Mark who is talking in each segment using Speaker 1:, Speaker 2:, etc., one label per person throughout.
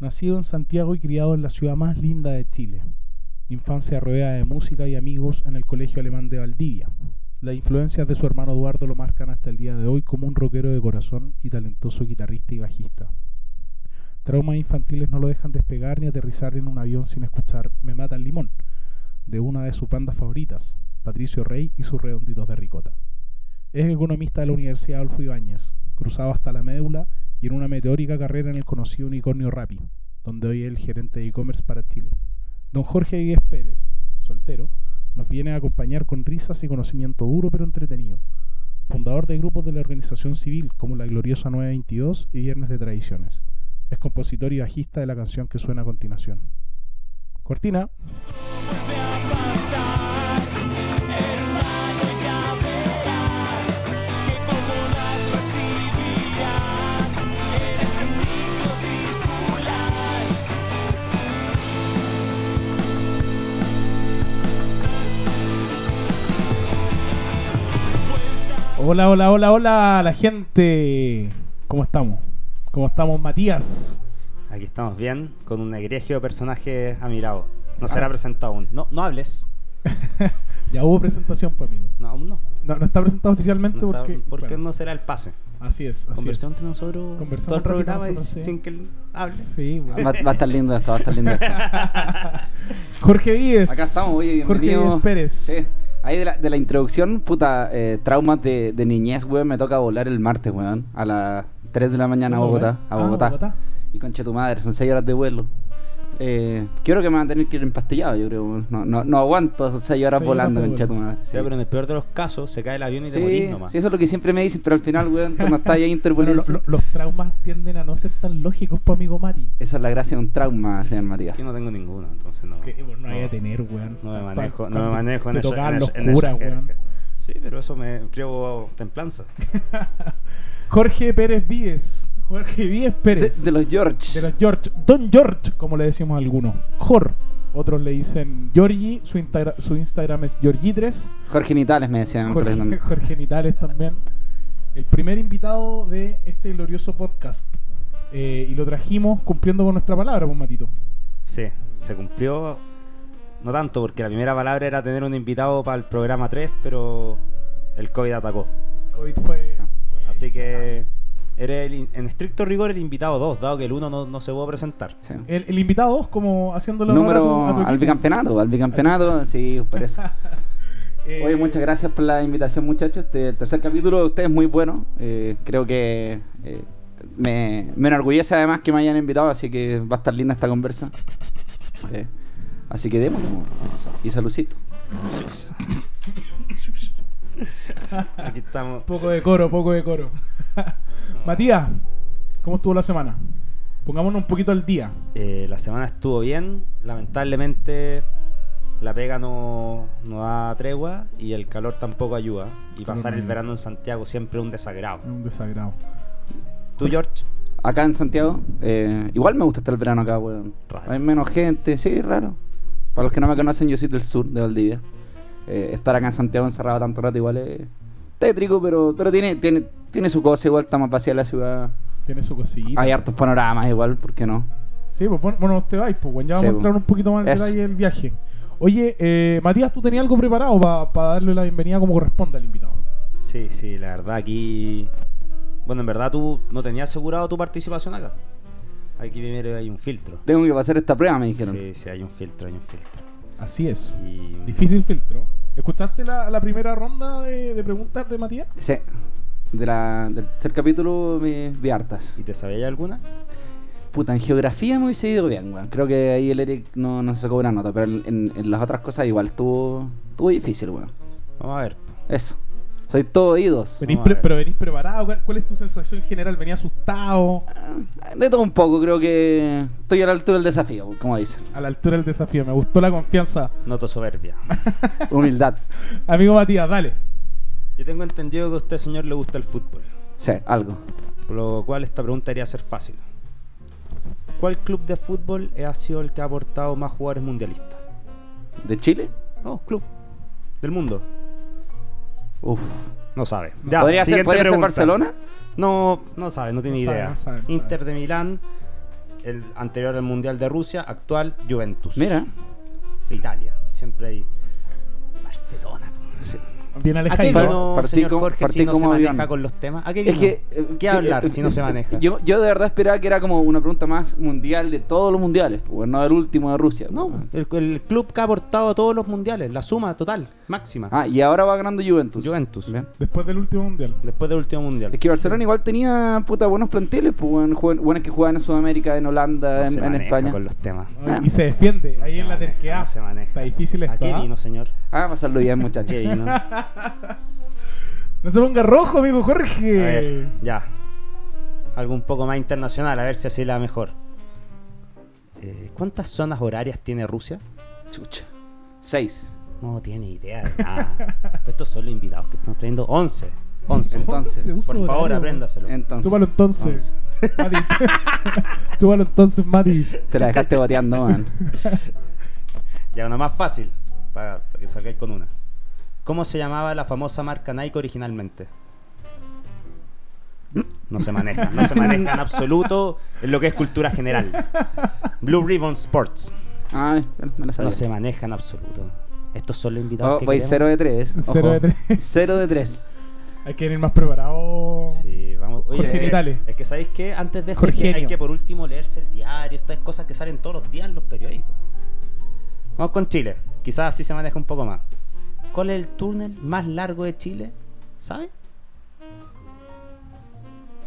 Speaker 1: Nacido en Santiago y criado en la ciudad más linda de Chile. Infancia rodeada de música y amigos en el Colegio Alemán de Valdivia. Las influencias de su hermano Eduardo lo marcan hasta el día de hoy como un rockero de corazón y talentoso guitarrista y bajista. Traumas infantiles no lo dejan despegar ni aterrizar en un avión sin escuchar Me mata el limón, de una de sus bandas favoritas, Patricio Rey y sus redonditos de ricota. Es economista de la Universidad Adolfo Ibáñez, cruzado hasta la médula y en una meteórica carrera en el conocido unicornio Rappi, donde hoy es el gerente de e-commerce para Chile. Don Jorge Díaz Pérez, soltero, nos viene a acompañar con risas y conocimiento duro pero entretenido. Fundador de grupos de la organización civil como la Gloriosa 922 y Viernes de Tradiciones. Es compositor y bajista de la canción que suena a continuación. Cortina.
Speaker 2: Vuelve a pasar, hermano, ya verás que como las recibirás en ese ciclo circular.
Speaker 1: Hola, hola, hola, hola, la gente. ¿Cómo estamos? ¿Cómo estamos, Matías?
Speaker 3: Aquí estamos bien, con un egregio personaje a mi lado. No
Speaker 1: Ah.
Speaker 3: será presentado aún. No, no hables.
Speaker 1: Ya hubo presentación, pues, amigo.
Speaker 3: No, aún no.
Speaker 1: No, no está presentado oficialmente
Speaker 3: No está-
Speaker 1: porque.
Speaker 3: porque
Speaker 1: bueno,
Speaker 3: no será el pase.
Speaker 1: Así es, así es.
Speaker 3: Conversamos entre nosotros
Speaker 1: Conversamos
Speaker 3: todo el
Speaker 1: un ratito
Speaker 3: programa y
Speaker 1: nosotros, sí.
Speaker 3: sin que él hable.
Speaker 1: Sí, bueno.
Speaker 4: Va, va a estar lindo esto, va a estar lindo esto.
Speaker 1: Jorge Díez.
Speaker 4: Acá estamos, oye,
Speaker 1: Jorge
Speaker 4: bienvenido.
Speaker 1: Díez Pérez.
Speaker 4: Sí. Ahí de la, de la introducción, puta, eh, traumas de, de niñez, weón. Me toca volar el martes, weón. A las 3 de la mañana a
Speaker 1: ¿Dónde
Speaker 4: Bogotá.
Speaker 1: va?
Speaker 4: A
Speaker 1: Ah,
Speaker 4: Bogotá. Y concha tu madre, son 6 horas de vuelo. Eh, creo que me van a tener que ir empastillado, yo creo. weón. No, no, no aguanto esas 6 horas
Speaker 1: Seis
Speaker 4: volando,
Speaker 1: horas de
Speaker 4: concha tu
Speaker 1: vuelo.
Speaker 4: madre.
Speaker 3: Sí,
Speaker 4: Sí,
Speaker 3: pero en el peor de los casos se cae el avión y te
Speaker 4: Sí,
Speaker 3: morís nomás.
Speaker 4: sí, eso es lo que siempre me dicen, pero al final, weón, cuando estás ahí
Speaker 1: Bueno,
Speaker 4: interponiendo.
Speaker 1: lo- lo- los traumas tienden a no ser tan lógicos, para amigo Mati.
Speaker 4: Esa es la gracia de un trauma, señor Matías.
Speaker 3: Aquí no tengo ninguno, entonces no.
Speaker 1: Que eh, bueno, no hay
Speaker 3: no,
Speaker 1: a tener, weón.
Speaker 3: no me
Speaker 1: Hasta
Speaker 3: manejo, no
Speaker 1: cuando
Speaker 3: me manejo en
Speaker 1: te
Speaker 3: esa,
Speaker 1: tocaban
Speaker 3: en
Speaker 1: los
Speaker 3: esa- en esa
Speaker 1: curas,
Speaker 3: jerga.
Speaker 1: weón.
Speaker 3: Sí, pero eso me creo templanza.
Speaker 1: Jorge Pérez Víez. Jorge Víez
Speaker 4: De,
Speaker 1: Pérez.
Speaker 4: de los George.
Speaker 1: De los George. Don George, como le decimos a algunos. Jor. Otros le dicen Georgie. Su, Instagra- su Instagram es Georgie3.
Speaker 4: Jorge Nitales me decían. en el colegio
Speaker 1: Jorge,
Speaker 4: también.
Speaker 1: Jorge Nitales también. El primer invitado de este glorioso podcast. Eh, y lo trajimos cumpliendo con nuestra palabra, pues Matito.
Speaker 3: Sí, se cumplió. No tanto, porque la primera palabra era tener un invitado para el programa 3, pero el COVID atacó.
Speaker 1: COVID fue. fue-
Speaker 3: Ah, Así que eres el in- en estricto rigor el invitado 2, dado que el 1 no, no se pudo presentar.
Speaker 4: Sí.
Speaker 1: El, el invitado 2, como haciéndolo
Speaker 4: Número al bicampeonato, al bicampeonato, sí, por eso.
Speaker 1: Eh,
Speaker 4: Oye, muchas gracias por la invitación, muchachos. Este, el tercer capítulo de ustedes es muy bueno. Eh, creo que eh, me, me enorgullece además que me hayan invitado, así que va a estar linda esta conversa. Eh, así que démoslo. Y saludcito.
Speaker 3: Aquí estamos.
Speaker 1: Poco de coro, poco de coro. Matías, ¿cómo estuvo la semana? Pongámonos un poquito al día.
Speaker 3: Eh, la semana estuvo bien. Lamentablemente la pega no, no da tregua y el calor tampoco ayuda. Y pasar el verano en Santiago siempre es un desagrado.
Speaker 1: Es un desagrado.
Speaker 3: ¿Tú, George?
Speaker 4: Acá en Santiago, eh, igual me gusta estar el verano acá, weón.
Speaker 3: Raro.
Speaker 4: Hay menos gente, sí, raro. Para los que no me conocen, yo soy del sur, de Valdivia. Eh, estar acá en Santiago encerrado tanto rato igual es tétrico, pero, pero tiene, tiene, tiene su cosa, igual está más vacía la ciudad.
Speaker 1: Tiene su cosita.
Speaker 4: Hay hartos panoramas igual, ¿por qué no?
Speaker 1: Sí, pues bueno, bueno, te vais, pues bueno, ya vamos
Speaker 4: Sí,
Speaker 1: a entrar
Speaker 4: pues.
Speaker 1: un poquito más en
Speaker 4: Eso.
Speaker 1: detalle del viaje. Oye, eh, Matías, ¿tú tenías algo preparado para darle la bienvenida como corresponde al invitado?
Speaker 3: Sí, sí, la verdad aquí. Bueno, en verdad tú no tenías asegurado tu participación acá. Aquí primero hay un filtro.
Speaker 4: Tengo que pasar esta prueba, me dijeron.
Speaker 3: Sí, sí, hay un filtro, hay un filtro.
Speaker 1: Así es.
Speaker 3: Y...
Speaker 1: Difícil filtro. ¿Escuchaste la, la primera ronda de, de preguntas de Matías?
Speaker 4: Sí. De la- del tercer capítulo me vi hartas.
Speaker 3: ¿Y te sabía ya alguna?
Speaker 4: Puta, en geografía me hubiese ido bien, weón. Creo que ahí el Eric no, no se sacó una nota, pero en, en las otras cosas igual estuvo, estuvo difícil, weón.
Speaker 3: Vamos a ver.
Speaker 4: Eso. Soy todo oídos.
Speaker 1: Venís
Speaker 3: a
Speaker 1: pre-
Speaker 3: ver.
Speaker 1: pero venís preparado. ¿Cuál, cuál es tu sensación general? ¿Venís asustado?
Speaker 4: De todo un poco, creo que estoy a la altura del desafío, como dicen.
Speaker 1: A la altura del desafío. Me gustó la confianza.
Speaker 3: Noto soberbia.
Speaker 4: Humildad.
Speaker 1: Amigo Matías, dale.
Speaker 3: Yo tengo entendido que a usted, señor, le gusta el fútbol.
Speaker 4: Sí, algo.
Speaker 3: Por lo cual esta pregunta debería ser fácil. ¿Cuál club de fútbol ha sido el que ha aportado más jugadores mundialistas?
Speaker 4: ¿De Chile?
Speaker 3: No, club. Del mundo.
Speaker 4: Uf.
Speaker 3: No sabe.
Speaker 4: ¿Podría, ser,
Speaker 3: siguiente
Speaker 4: podría ser
Speaker 3: pregunta.
Speaker 4: Barcelona?
Speaker 3: No, no sabe, no tiene
Speaker 1: No sabe,
Speaker 3: idea.
Speaker 1: no sabe, no
Speaker 3: Inter
Speaker 1: sabe.
Speaker 3: de Milán, el anterior al Mundial de Rusia, actual Juventus.
Speaker 4: Mira,
Speaker 3: Italia. Siempre hay. Barcelona. po.
Speaker 4: sí.
Speaker 1: Bien
Speaker 3: ¿A qué
Speaker 4: Par-
Speaker 1: alejado.
Speaker 3: vino,
Speaker 4: partí
Speaker 3: señor
Speaker 4: como-
Speaker 3: Jorge,
Speaker 4: partí
Speaker 3: si no se
Speaker 4: como
Speaker 3: maneja
Speaker 4: avión.
Speaker 3: con los temas? ¿A qué vino?
Speaker 4: Es que, eh,
Speaker 3: ¿Qué
Speaker 4: eh,
Speaker 3: hablar
Speaker 4: eh,
Speaker 3: si no se
Speaker 4: eh,
Speaker 3: maneja?
Speaker 4: Yo, yo de verdad esperaba que era como una pregunta más mundial de todos los mundiales, pues no del último de Rusia. pues,
Speaker 3: No,
Speaker 4: weón.
Speaker 3: el, el club que ha aportado a todos los mundiales, la suma total, máxima.
Speaker 4: Ah, y ahora va ganando Juventus.
Speaker 3: Juventus.
Speaker 4: Bien.
Speaker 1: Después del último mundial.
Speaker 3: Después del último mundial.
Speaker 4: Es que Barcelona igual tenía puta buenos planteles, pues weón, jue- buenos que jugaban en Sudamérica, en Holanda,
Speaker 3: No se
Speaker 4: en, en
Speaker 3: maneja
Speaker 4: España.
Speaker 3: Con los temas.
Speaker 1: Ay, Y se defiende.
Speaker 3: Ah. No
Speaker 1: Ahí
Speaker 3: se
Speaker 1: en la
Speaker 3: maneja,
Speaker 1: terquedad.
Speaker 3: no se maneja.
Speaker 1: Está difícil
Speaker 3: ¿A
Speaker 1: esto.
Speaker 3: qué
Speaker 1: ¿ah?
Speaker 3: vino, señor?
Speaker 4: Ah, pasarlo bien,
Speaker 3: ¿A
Speaker 4: muchachos.
Speaker 3: qué vino? A
Speaker 1: No se ponga rojo, amigo Jorge.
Speaker 3: ver, ya. Algo un poco más internacional, a ver si así la mejor. Eh, ¿Cuántas zonas horarias tiene Rusia?
Speaker 4: Chucha. Seis.
Speaker 3: No tiene idea de nada. Estos son los invitados que están trayendo. 11. 11.
Speaker 4: Entonces,
Speaker 1: Se usa
Speaker 3: Por favor,
Speaker 1: horario,
Speaker 3: apréndaselo.
Speaker 4: Entonces,
Speaker 1: Chúpalo entonces. Mati. Chúpalo entonces, Mati.
Speaker 4: te la dejaste bateando, man.
Speaker 3: Ya una más fácil, para, para que salgáis con una. ¿Cómo se llamaba la famosa marca Nike originalmente? No se maneja, no se maneja en absoluto en lo que es cultura general. Blue Ribbon Sports.
Speaker 4: Ay, me la sabía.
Speaker 3: No se maneja en absoluto. Estos son los invitados
Speaker 4: Oh,
Speaker 3: que
Speaker 4: voy
Speaker 3: queremos.
Speaker 4: 0 de 3.
Speaker 1: Cero de tres.
Speaker 4: 0 de 3.
Speaker 1: Hay que venir más preparado.
Speaker 3: Sí, vamos. Oye,
Speaker 1: Jorge
Speaker 3: eh,
Speaker 1: Vitale.
Speaker 3: es que sabéis que antes de esto hay que-
Speaker 1: Jorgenio.
Speaker 3: hay que por último leerse el diario, estas cosas que salen todos los días en los periódicos. Vamos con Chile, quizás así se maneja un poco más. ¿Cuál es el túnel más largo de Chile? ¿Sabe?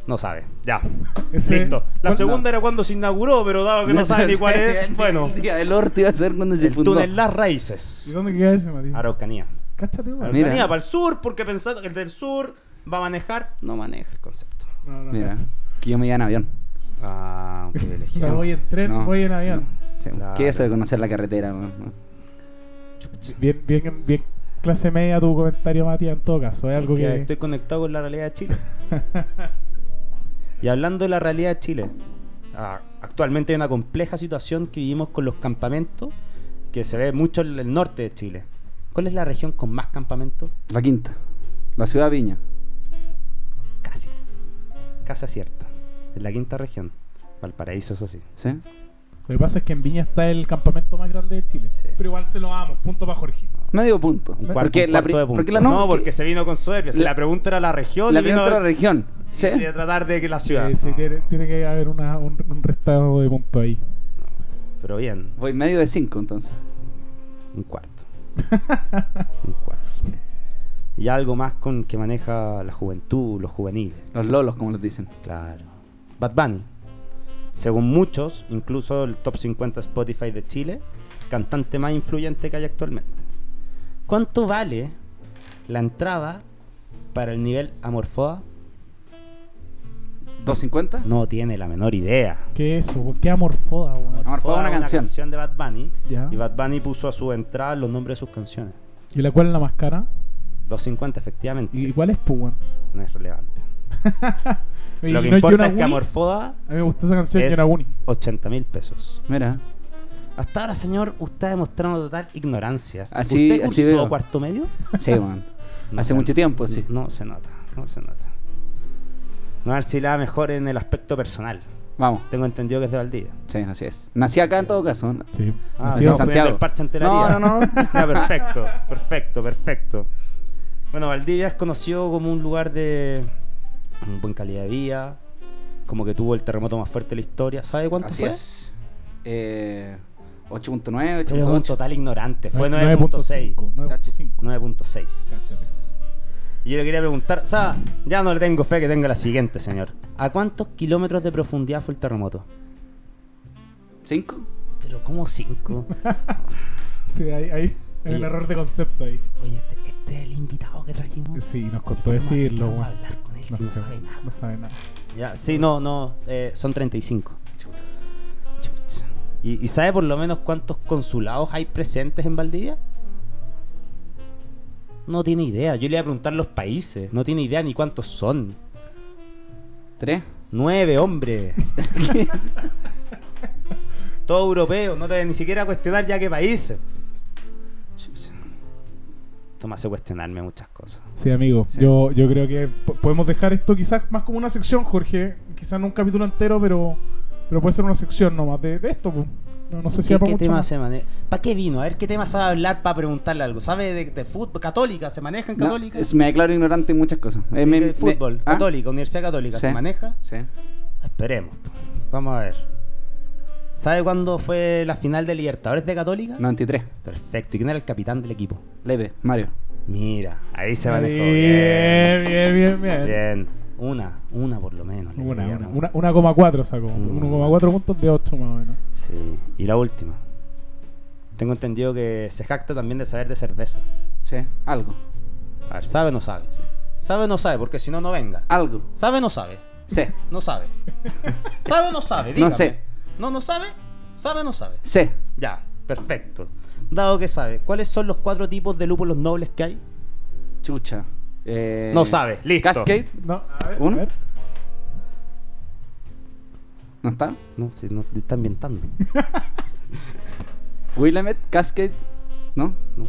Speaker 3: No sabe, ya.
Speaker 1: Ese-
Speaker 3: Listo. La
Speaker 1: ¿Cuál-
Speaker 3: segunda era cuando se inauguró, pero dado que no sabe ni cuál es, bueno.
Speaker 4: El día del orto iba a ser cuando se
Speaker 3: El
Speaker 4: fundó.
Speaker 3: túnel Las
Speaker 1: ¿Y
Speaker 3: Raíces.
Speaker 1: dónde queda ese, Mati?
Speaker 3: Araucanía.
Speaker 1: Cáchate, weón.
Speaker 4: Ah, Mira.
Speaker 3: Araucanía para el sur, porque pensando que el del sur va a manejar, no maneja el concepto.
Speaker 1: No, no,
Speaker 4: Mira,
Speaker 1: cacho.
Speaker 4: que yo me iba en avión.
Speaker 3: Ah, un
Speaker 1: O
Speaker 3: privilegio.
Speaker 1: sea, voy en tren,
Speaker 4: No,
Speaker 1: voy en avión.
Speaker 4: Sí,
Speaker 3: Claro.
Speaker 4: ¿Qué es eso de conocer la carretera? weón? No.
Speaker 1: Bien, bien, bien. Clase media tu comentario, Mati, en todo caso. Es algo
Speaker 3: Porque
Speaker 1: que.
Speaker 3: estoy conectado con la realidad de Chile. y hablando de la realidad de Chile, ah, actualmente hay una compleja situación que vivimos con los campamentos, que se ve mucho en el norte de Chile. ¿Cuál es la región con más campamentos?
Speaker 4: La quinta. La ciudad de Viña.
Speaker 3: Casi. Casi acierta. Es la quinta región. Valparaíso, eso sí.
Speaker 4: ¿Sí?
Speaker 1: Lo que pasa es que en Viña está el campamento más grande de Chile.
Speaker 3: Sí.
Speaker 1: Pero igual se lo damos. Punto para Jorge.
Speaker 4: Medio punto.
Speaker 3: Un cuarto,
Speaker 4: porque
Speaker 3: un
Speaker 4: la
Speaker 3: cuarto
Speaker 4: pri-
Speaker 3: de punto.
Speaker 4: porque la-
Speaker 3: no,
Speaker 4: no,
Speaker 3: porque
Speaker 4: que-
Speaker 3: se vino con soberbia. Si
Speaker 4: la-
Speaker 3: la, pregunta era la región,
Speaker 4: la
Speaker 3: y vino
Speaker 4: primera otra región. ¿Sí?
Speaker 3: a tratar de que la ciudad.
Speaker 1: Eh, sí,
Speaker 3: No,
Speaker 1: tiene, tiene que haber una, un, un restado de punto ahí.
Speaker 3: Pero bien,
Speaker 4: Voy medio de 5 entonces.
Speaker 3: Un cuarto. un cuarto. Y algo más con que maneja la juventud, los juveniles.
Speaker 4: Los lolos, como les
Speaker 3: Mm.
Speaker 4: dicen.
Speaker 3: Claro. Bad Bunny. Según muchos, incluso el top 50 Spotify de Chile, cantante más influyente que hay actualmente. ¿Cuánto vale la entrada para el nivel Amorfoa?
Speaker 4: ¿250?
Speaker 3: No tiene la menor idea.
Speaker 1: ¿Qué es eso? weón? ¿Qué amorfoda, weón?
Speaker 4: Amorfoa es una canción.
Speaker 3: de Bad Bunny.
Speaker 1: Ya.
Speaker 3: Y Bad Bunny puso a su entrada los nombres de sus canciones.
Speaker 1: ¿Y la cual es la más cara?
Speaker 3: 250 efectivamente.
Speaker 1: ¿Y y cuál es, pues, weón?
Speaker 3: No es relevante.
Speaker 1: Y
Speaker 3: Lo que
Speaker 1: no
Speaker 3: importa
Speaker 1: Yonaguni.
Speaker 3: es que Amorfoda
Speaker 1: A mí me gustó esa canción,
Speaker 3: es
Speaker 1: Yonaguni.
Speaker 3: 80 mil pesos.
Speaker 4: Mira.
Speaker 3: Hasta ahora, señor, usted ha demostrado total ignorancia.
Speaker 4: Así-
Speaker 3: ¿Usted
Speaker 4: así
Speaker 3: cursó
Speaker 4: veo.
Speaker 3: cuarto medio?
Speaker 4: Sí, man.
Speaker 3: No
Speaker 4: Hace
Speaker 3: se-
Speaker 4: mucho tiempo, sí.
Speaker 3: No se nota, no se nota. Vamos A ver si la va mejor en el aspecto personal.
Speaker 4: Vamos.
Speaker 3: Tengo entendido que es de Valdivia.
Speaker 4: Sí, así es. Nací acá en todo caso. ¿no?
Speaker 1: Sí.
Speaker 3: Ah,
Speaker 1: Así
Speaker 4: sí,
Speaker 1: es.
Speaker 3: estamos
Speaker 4: Santiago.
Speaker 3: poniendo el parche ante la
Speaker 4: No,
Speaker 3: herida.
Speaker 4: no, no, no.
Speaker 3: Ya, perfecto, perfecto, perfecto. Bueno, Valdivia es conocido como un lugar de mm, buena calidad de vida, como que tuvo el terremoto más fuerte de la historia. ¿Sabe cuánto
Speaker 4: Así
Speaker 3: fue?
Speaker 4: es. Eh, 8.9,
Speaker 3: Pero es un
Speaker 4: 8.8.
Speaker 3: total ignorante. Fue 9.6.
Speaker 1: 9.5. 9.5.
Speaker 3: 9.6. Y Yo le quería preguntar, o sea, ya no le tengo fe que tenga la siguiente, señor. ¿A cuántos kilómetros de profundidad fue el terremoto?
Speaker 4: 5.
Speaker 3: Pero como 5.
Speaker 1: Sí, hay, hay, hay un
Speaker 3: Oye.
Speaker 1: error de concepto ahí.
Speaker 3: Oye, este, este es el invitado que trajimos.
Speaker 1: Sí, nos
Speaker 3: ¿Cómo
Speaker 1: costó
Speaker 3: vamos a-
Speaker 1: decirlo,
Speaker 3: cómo vamos a
Speaker 1: weón.
Speaker 3: hablar con él
Speaker 1: No
Speaker 3: si no
Speaker 1: sé,
Speaker 3: sabe nada?
Speaker 1: no sabe nada.
Speaker 3: Ya, sí, no, no, eh, son 35. Chucha. ¿Y, ¿Y sabe por lo menos cuántos consulados hay presentes en Valdivia? No tiene idea. Yo le iba a preguntar los países. No tiene idea ni cuántos son.
Speaker 4: 3.
Speaker 3: Nueve, hombre. Todo europeo, no te ni siquiera cuestionar ya qué países. Chucha. Esto me hace cuestionarme muchas cosas.
Speaker 1: Sí, amigo.
Speaker 4: Sí.
Speaker 1: Yo, yo creo que po- podemos dejar esto quizás más como una sección, Jorge. Quizás no un capítulo entero, pero Pero puede ser una sección nomás de, de esto. po. No, no sé si
Speaker 3: ¿Qué,
Speaker 1: va para
Speaker 3: qué
Speaker 1: mucho
Speaker 3: tema
Speaker 1: más.
Speaker 3: se maneja? ¿Para qué vino? A ver, ¿qué tema sabe hablar para preguntarle algo? ¿Sabe de, de fútbol? ¿Católica? ¿Se maneja en
Speaker 4: No,
Speaker 3: Católica?
Speaker 4: es- me declaro ignorante en muchas cosas. Eh,
Speaker 3: De-
Speaker 4: me-
Speaker 3: de
Speaker 4: me-
Speaker 3: fútbol,
Speaker 4: ¿Ah?
Speaker 3: Católica, Universidad Católica, ¿se
Speaker 4: Sí.
Speaker 3: maneja?
Speaker 4: Sí.
Speaker 3: Esperemos. po. Vamos a ver. ¿Sabe cuándo fue la final de Libertadores de Católica?
Speaker 4: 93.
Speaker 3: Perfecto. ¿Y quién era el capitán del equipo?
Speaker 4: Leve, Mario.
Speaker 3: Mira, ahí se manejó.
Speaker 1: Bien,
Speaker 3: Bien.
Speaker 1: bien, bien, bien.
Speaker 3: Bien. Una, una por lo menos. le
Speaker 1: Una, una,
Speaker 3: pillamos.
Speaker 1: una, 1,4 sacó.
Speaker 3: Mm.
Speaker 1: 1,4 puntos de 8 más o menos.
Speaker 3: Sí. Y la última. Tengo entendido que se jacta también de saber de cerveza.
Speaker 4: Sí. Algo.
Speaker 3: A ver, ¿sabe o no sabe? ¿Sabe o no sabe? Porque si no, no venga.
Speaker 4: Algo.
Speaker 3: ¿Sabe o no sabe?
Speaker 4: Sí.
Speaker 3: No sabe. ¿Sabe o no sabe? Dígame.
Speaker 4: sé.
Speaker 3: No, no sabe. ¿Sabe o no sabe?
Speaker 4: Sí.
Speaker 3: Ya, perfecto. Dado que sabe, ¿cuáles son los cuatro tipos de lúpulos nobles que hay?
Speaker 4: Chucha. Eh,
Speaker 3: No sabe, listo.
Speaker 4: Cascade.
Speaker 1: No, a ver,
Speaker 4: ¿Uno?
Speaker 1: a ver.
Speaker 4: ¿No está?
Speaker 3: No, si no te está ambientando.
Speaker 4: Willamette. Cascade. ¿No?
Speaker 3: No,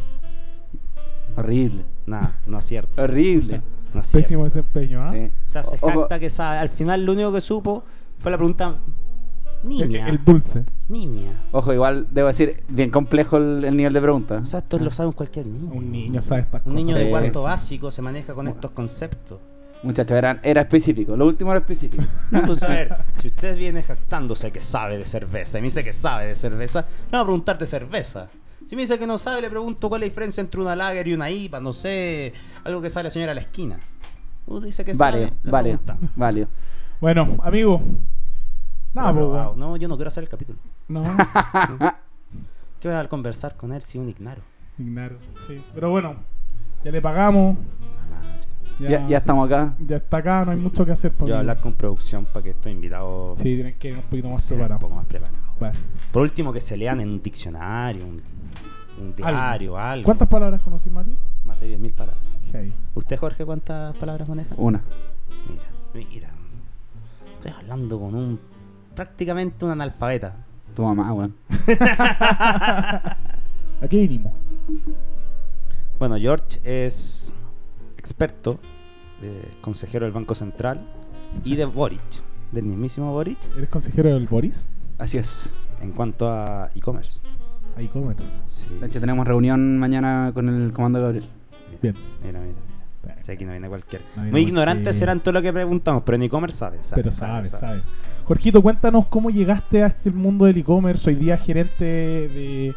Speaker 4: Horrible.
Speaker 3: nada, no acierta.
Speaker 4: Horrible.
Speaker 3: No acierta.
Speaker 1: Pésimo desempeño, ¿ah?
Speaker 4: Sí.
Speaker 3: O sea, se
Speaker 4: Ojo,
Speaker 3: jacta que sabe. Al final lo único que supo fue la pregunta
Speaker 1: El,
Speaker 3: niña.
Speaker 1: el dulce.
Speaker 3: Niña.
Speaker 4: ojo, igual debo decir, bien complejo el, el nivel de preguntas.
Speaker 3: O sea, esto lo sabe cualquier niño.
Speaker 1: Un niño sabe estas
Speaker 3: Un
Speaker 1: cosas.
Speaker 3: niño de
Speaker 4: Sí.
Speaker 3: cuarto básico se maneja con estos conceptos.
Speaker 4: Muchachos, eran- era específico. Lo último era específico.
Speaker 3: No, pues, a ver, si usted viene jactándose que sabe de cerveza y me dice que sabe de cerveza, no va a preguntarte cerveza. Si me dice que no sabe, le pregunto cuál es la diferencia entre una lager y una IPA, no sé, algo que sabe la señora a la esquina. Usted dice que
Speaker 4: Vale,
Speaker 3: sabe. le
Speaker 4: vale,
Speaker 3: pregunta.
Speaker 4: vale.
Speaker 1: Bueno, amigo. Nada,
Speaker 3: Pero,
Speaker 1: pues,
Speaker 3: wow,
Speaker 1: weón.
Speaker 3: no, yo no quiero hacer el capítulo.
Speaker 1: No,
Speaker 3: ¿Qué voy a conversar con él si un ignaro?
Speaker 1: ignaro. Sí. Pero bueno, ya le pagamos.
Speaker 3: La madre.
Speaker 1: Ya,
Speaker 4: Ya, ya estamos acá.
Speaker 1: ya está acá, no hay mucho que hacer.
Speaker 3: Yo
Speaker 1: porque-
Speaker 3: voy a hablar con producción para que estos invitados
Speaker 1: Sí, tienen que ir un poquito más
Speaker 3: sean un
Speaker 1: preparados.
Speaker 3: poco más preparados.
Speaker 1: Vale.
Speaker 3: Por último, que se lean en un diccionario, un, un diario, algo.
Speaker 1: ¿Cuántas palabras conocí, Mario?
Speaker 3: Más de 10.000 palabras.
Speaker 1: Hey.
Speaker 3: ¿Usted, Jorge, cuántas palabras maneja?
Speaker 4: Una.
Speaker 3: Mira, mira. Estoy hablando con un. prácticamente un analfabeta.
Speaker 4: Tu mamá, weón.
Speaker 1: ¿A qué vinimos?
Speaker 3: Bueno, George es experto, eh, consejero del Banco Central y de Boric, del mismísimo Boric,
Speaker 1: ¿Eres consejero del Boris?
Speaker 4: Así es.
Speaker 3: en cuanto a e-commerce.
Speaker 1: A e-commerce.
Speaker 3: Sí,
Speaker 4: De hecho,
Speaker 3: sí.
Speaker 4: tenemos reunión mañana con el comando Gabriel.
Speaker 1: Bien.
Speaker 3: Mira, mira, mira. O sea, aquí no viene cualquiera.
Speaker 1: No viene
Speaker 3: Muy ignorantes
Speaker 1: cualquiera.
Speaker 3: serán todo lo que preguntamos, pero en e-commerce sabe, sabe,
Speaker 1: Pero sabe, sabe. Jorgito, cuéntanos cómo llegaste a este mundo del e-commerce. Hoy día gerente de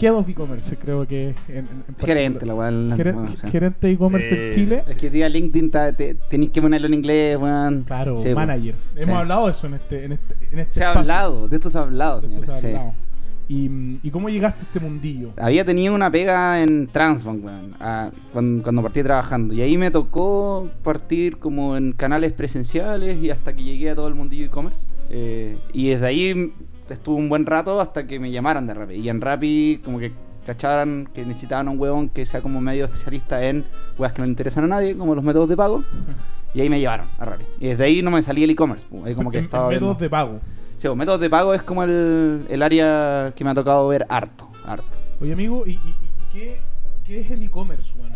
Speaker 1: Head of E-commerce, creo que. es, En, en- en
Speaker 4: Gerente, la
Speaker 1: particular.
Speaker 4: weón.
Speaker 1: Gere-
Speaker 4: weón, o sea.
Speaker 1: Gerente de e-commerce
Speaker 3: Sí.
Speaker 1: en Chile.
Speaker 4: Es que día LinkedIn ta- te- tenéis que ponerlo en inglés, weón.
Speaker 1: Claro,
Speaker 4: Sí,
Speaker 1: manager.
Speaker 4: Sí.
Speaker 1: Hemos hablado de eso en este, en este, en este
Speaker 4: Se ha
Speaker 1: espacio.
Speaker 4: hablado, de esto se ha hablado,
Speaker 1: De esto
Speaker 4: señores.
Speaker 1: se ha
Speaker 4: sí. Ah,
Speaker 1: hablado. Y, mm, ¿Y cómo llegaste a este mundillo?
Speaker 4: Había tenido una pega en Transbank, weón, ah, cuando, cuando partí trabajando. Y ahí me tocó partir como en canales presenciales y hasta que llegué a todo el mundillo e-commerce. Eh, y desde ahí estuve un buen rato hasta que me llamaron de Rappi. Y en Rappi como que cacharan que necesitaban un huevón que sea como medio especialista en weas que no le interesan a nadie, como los métodos de pago. Y ahí me llevaron a Rappi. Y desde ahí no me salí el e-commerce. pu, Ahí como que
Speaker 1: En- en
Speaker 4: estaba viendo-
Speaker 1: métodos de pago.
Speaker 4: Sí, pues, métodos de pago es como el, el área que me ha tocado ver harto, harto.
Speaker 1: Oye, amigo, ¿y, y- y qué, qué es el e-commerce, weón?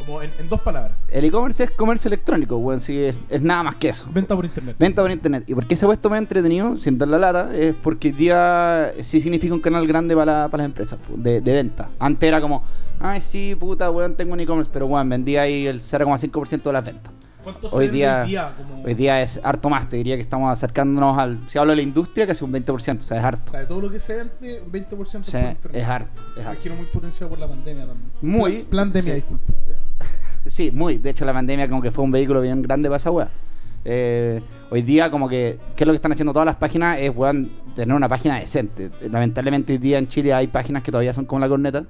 Speaker 1: Como en, en dos palabras.
Speaker 4: El e-commerce es comercio electrónico, weón, sí, es, es nada más que eso.
Speaker 1: Venta por internet.
Speaker 4: Venta por internet. ¿Y por qué se ha puesto más entretenido, sin dar la lata? Es porque hoy día sí significa un canal grande para, la- para las empresas pu, de, de venta. Antes era como, ay, sí, puta, weón, tengo un e-commerce, pero weón, vendía ahí el 0,5% de las ventas.
Speaker 1: ¿Cuánto
Speaker 4: Hoy
Speaker 1: hoy
Speaker 4: día-
Speaker 1: hoy día? Como,
Speaker 4: Hoy día es harto más, te diría que estamos acercándonos al, si hablo de la industria, casi un 20%, o sea, es
Speaker 1: O
Speaker 4: harto.
Speaker 1: sea, de todo lo que se vende, un 20%
Speaker 4: O
Speaker 1: por
Speaker 4: sea,
Speaker 1: internet.
Speaker 4: es harto, es
Speaker 1: Me
Speaker 4: harto.
Speaker 1: imagino muy potenciado por la pandemia también.
Speaker 4: Muy,
Speaker 1: Pandemia,
Speaker 4: sí.
Speaker 1: disculpa.
Speaker 4: Sí, muy. De hecho, la pandemia como que fue un vehículo bien grande para esa weá. Eh, hoy día como que, ¿qué es lo que están haciendo todas las páginas? Es, weón, tener una página decente. Lamentablemente hoy día en Chile hay páginas que todavía son como la corneta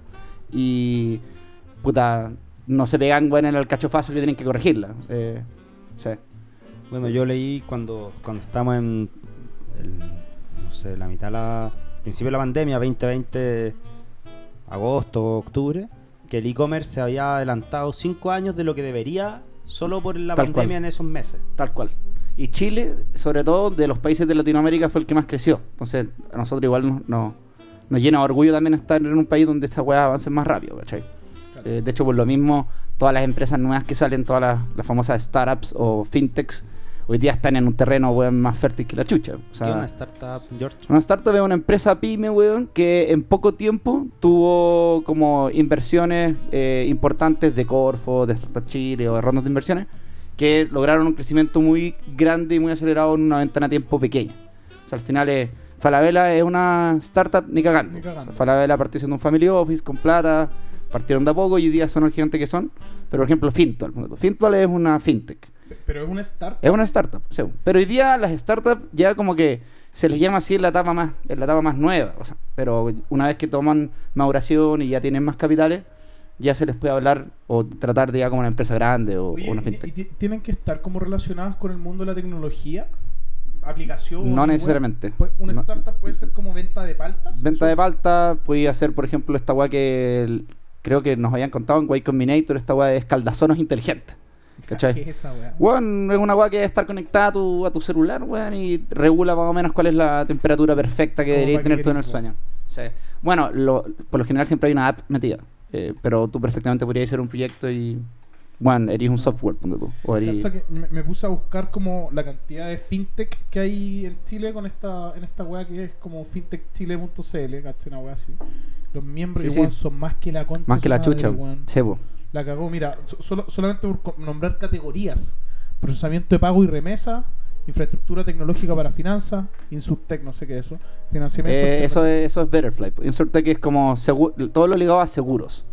Speaker 4: y, puta, no se pegan, weón, en el cachofazo que tienen que corregirla. Eh, sí.
Speaker 3: Bueno, yo leí cuando, cuando estábamos en, el- no sé, la mitad, de la principio de la pandemia, 2020, agosto, octubre, que el e-commerce se había adelantado 5 años de lo que debería solo por la
Speaker 4: Tal
Speaker 3: pandemia en
Speaker 4: cual.
Speaker 3: esos meses.
Speaker 4: Tal cual. Y Chile, sobre todo de los países de Latinoamérica, fue el que más creció. Entonces, a nosotros igual nos, nos, nos llena de orgullo también estar en un país donde esas weas avancen más rápido, ¿cachai?
Speaker 1: Claro.
Speaker 4: Eh, de hecho, por lo mismo, todas las empresas nuevas que salen, todas las, las famosas startups o fintechs, hoy día están en un terreno weón, más fértil que la chucha. O sea,
Speaker 3: ¿Qué una startup, George?
Speaker 4: una startup es una empresa pyme, weón, que en poco tiempo tuvo como inversiones eh, importantes de Corfo, de Startup Chile o de rondas de inversiones, que lograron un crecimiento muy grande y muy acelerado en una ventana de tiempo pequeña. O sea, al final es, Falabella es una startup ni cagando.
Speaker 1: Ni cagando.
Speaker 4: O sea, Falabella partió siendo un family office con plata, partieron de a poco y hoy día son el gigante que son. Pero por ejemplo, Fintual. Fintual es una fintech.
Speaker 1: Pero es una startup.
Speaker 4: Es una startup, sí. Pero hoy día las startups ya como que se les llama así en la etapa más, en la etapa más nueva. O sea, pero una vez que toman maduración y ya tienen más capitales, ya se les puede hablar o tratar de ya como una empresa grande o,
Speaker 1: Oye,
Speaker 4: o una
Speaker 1: ¿y-
Speaker 4: fintech.
Speaker 1: y ti- ¿Tienen que estar como relacionadas con el mundo de la tecnología? ¿Aplicación?
Speaker 4: No necesariamente.
Speaker 1: ¿Una
Speaker 4: No.
Speaker 1: startup puede ser como venta de paltas?
Speaker 4: Venta de palta, podía hacer por ejemplo esta weá que el- creo que nos habían contado en Y Combinator, esta weá de escaldazonos inteligentes. ¿Cachai?
Speaker 1: ¿Qué es esa, weá?
Speaker 4: Weón, es una weá que debe estar conectada a tu, a tu celular, weón, y regula más o menos cuál es la temperatura perfecta que
Speaker 1: Como
Speaker 4: deberías
Speaker 1: para
Speaker 4: tener
Speaker 1: que
Speaker 4: tú en el
Speaker 1: querís, weón.
Speaker 4: sueño. Sí. Bueno, lo- por lo general siempre hay una app metida, eh, pero tú perfectamente podrías hacer un proyecto y, weón, eres un software, ponte tú. O eres...
Speaker 1: Cacha que me, me puse a buscar como la cantidad de fintech que hay en Chile con esta en esta wea que es como fintechchile.cl, cacha una wea así. Los miembros
Speaker 4: Sí,
Speaker 1: igual
Speaker 4: sí.
Speaker 1: son más que la concha.
Speaker 4: Más que
Speaker 1: su
Speaker 4: la
Speaker 1: madre,
Speaker 4: chucha,
Speaker 1: weón.
Speaker 4: sebo.
Speaker 1: La cagó, mira, so- solo- solamente por co- nombrar categorías. Procesamiento de pago y remesa, infraestructura tecnológica para finanzas, Insurtech, no sé qué es eso, financiamiento.
Speaker 4: Eh, eso,
Speaker 1: alternativo.
Speaker 4: es, eso es Betterfly. Insurtech es como segu- todo lo ligado a seguros.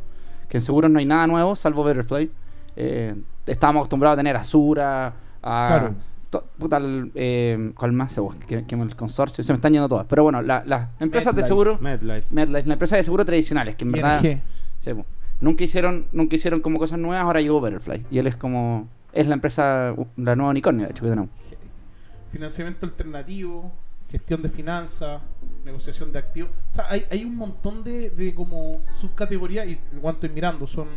Speaker 4: Que en seguros no hay nada nuevo, salvo Betterfly. Eh, estábamos acostumbrados a tener Azura, a.
Speaker 1: Claro.
Speaker 4: to- puta, el, eh, ¿Cuál más? Segu- Que, que el consorcio. Se me están yendo todas. Pero bueno, la- las empresas de
Speaker 3: MetLife,
Speaker 4: seguro.
Speaker 3: MetLife.
Speaker 4: MetLife, las empresas de seguro tradicionales, que en verdad.
Speaker 1: ING.
Speaker 4: sí, po, nunca, hicieron, nunca hicieron como cosas nuevas, ahora llegó Betterfly. Y él es como. Es la empresa, la nueva unicornio, de hecho, que tenemos.
Speaker 1: financiamiento alternativo, gestión de finanzas, negociación de activos. O sea, hay, hay un montón de, de como subcategorías y en cuanto estoy mirando, son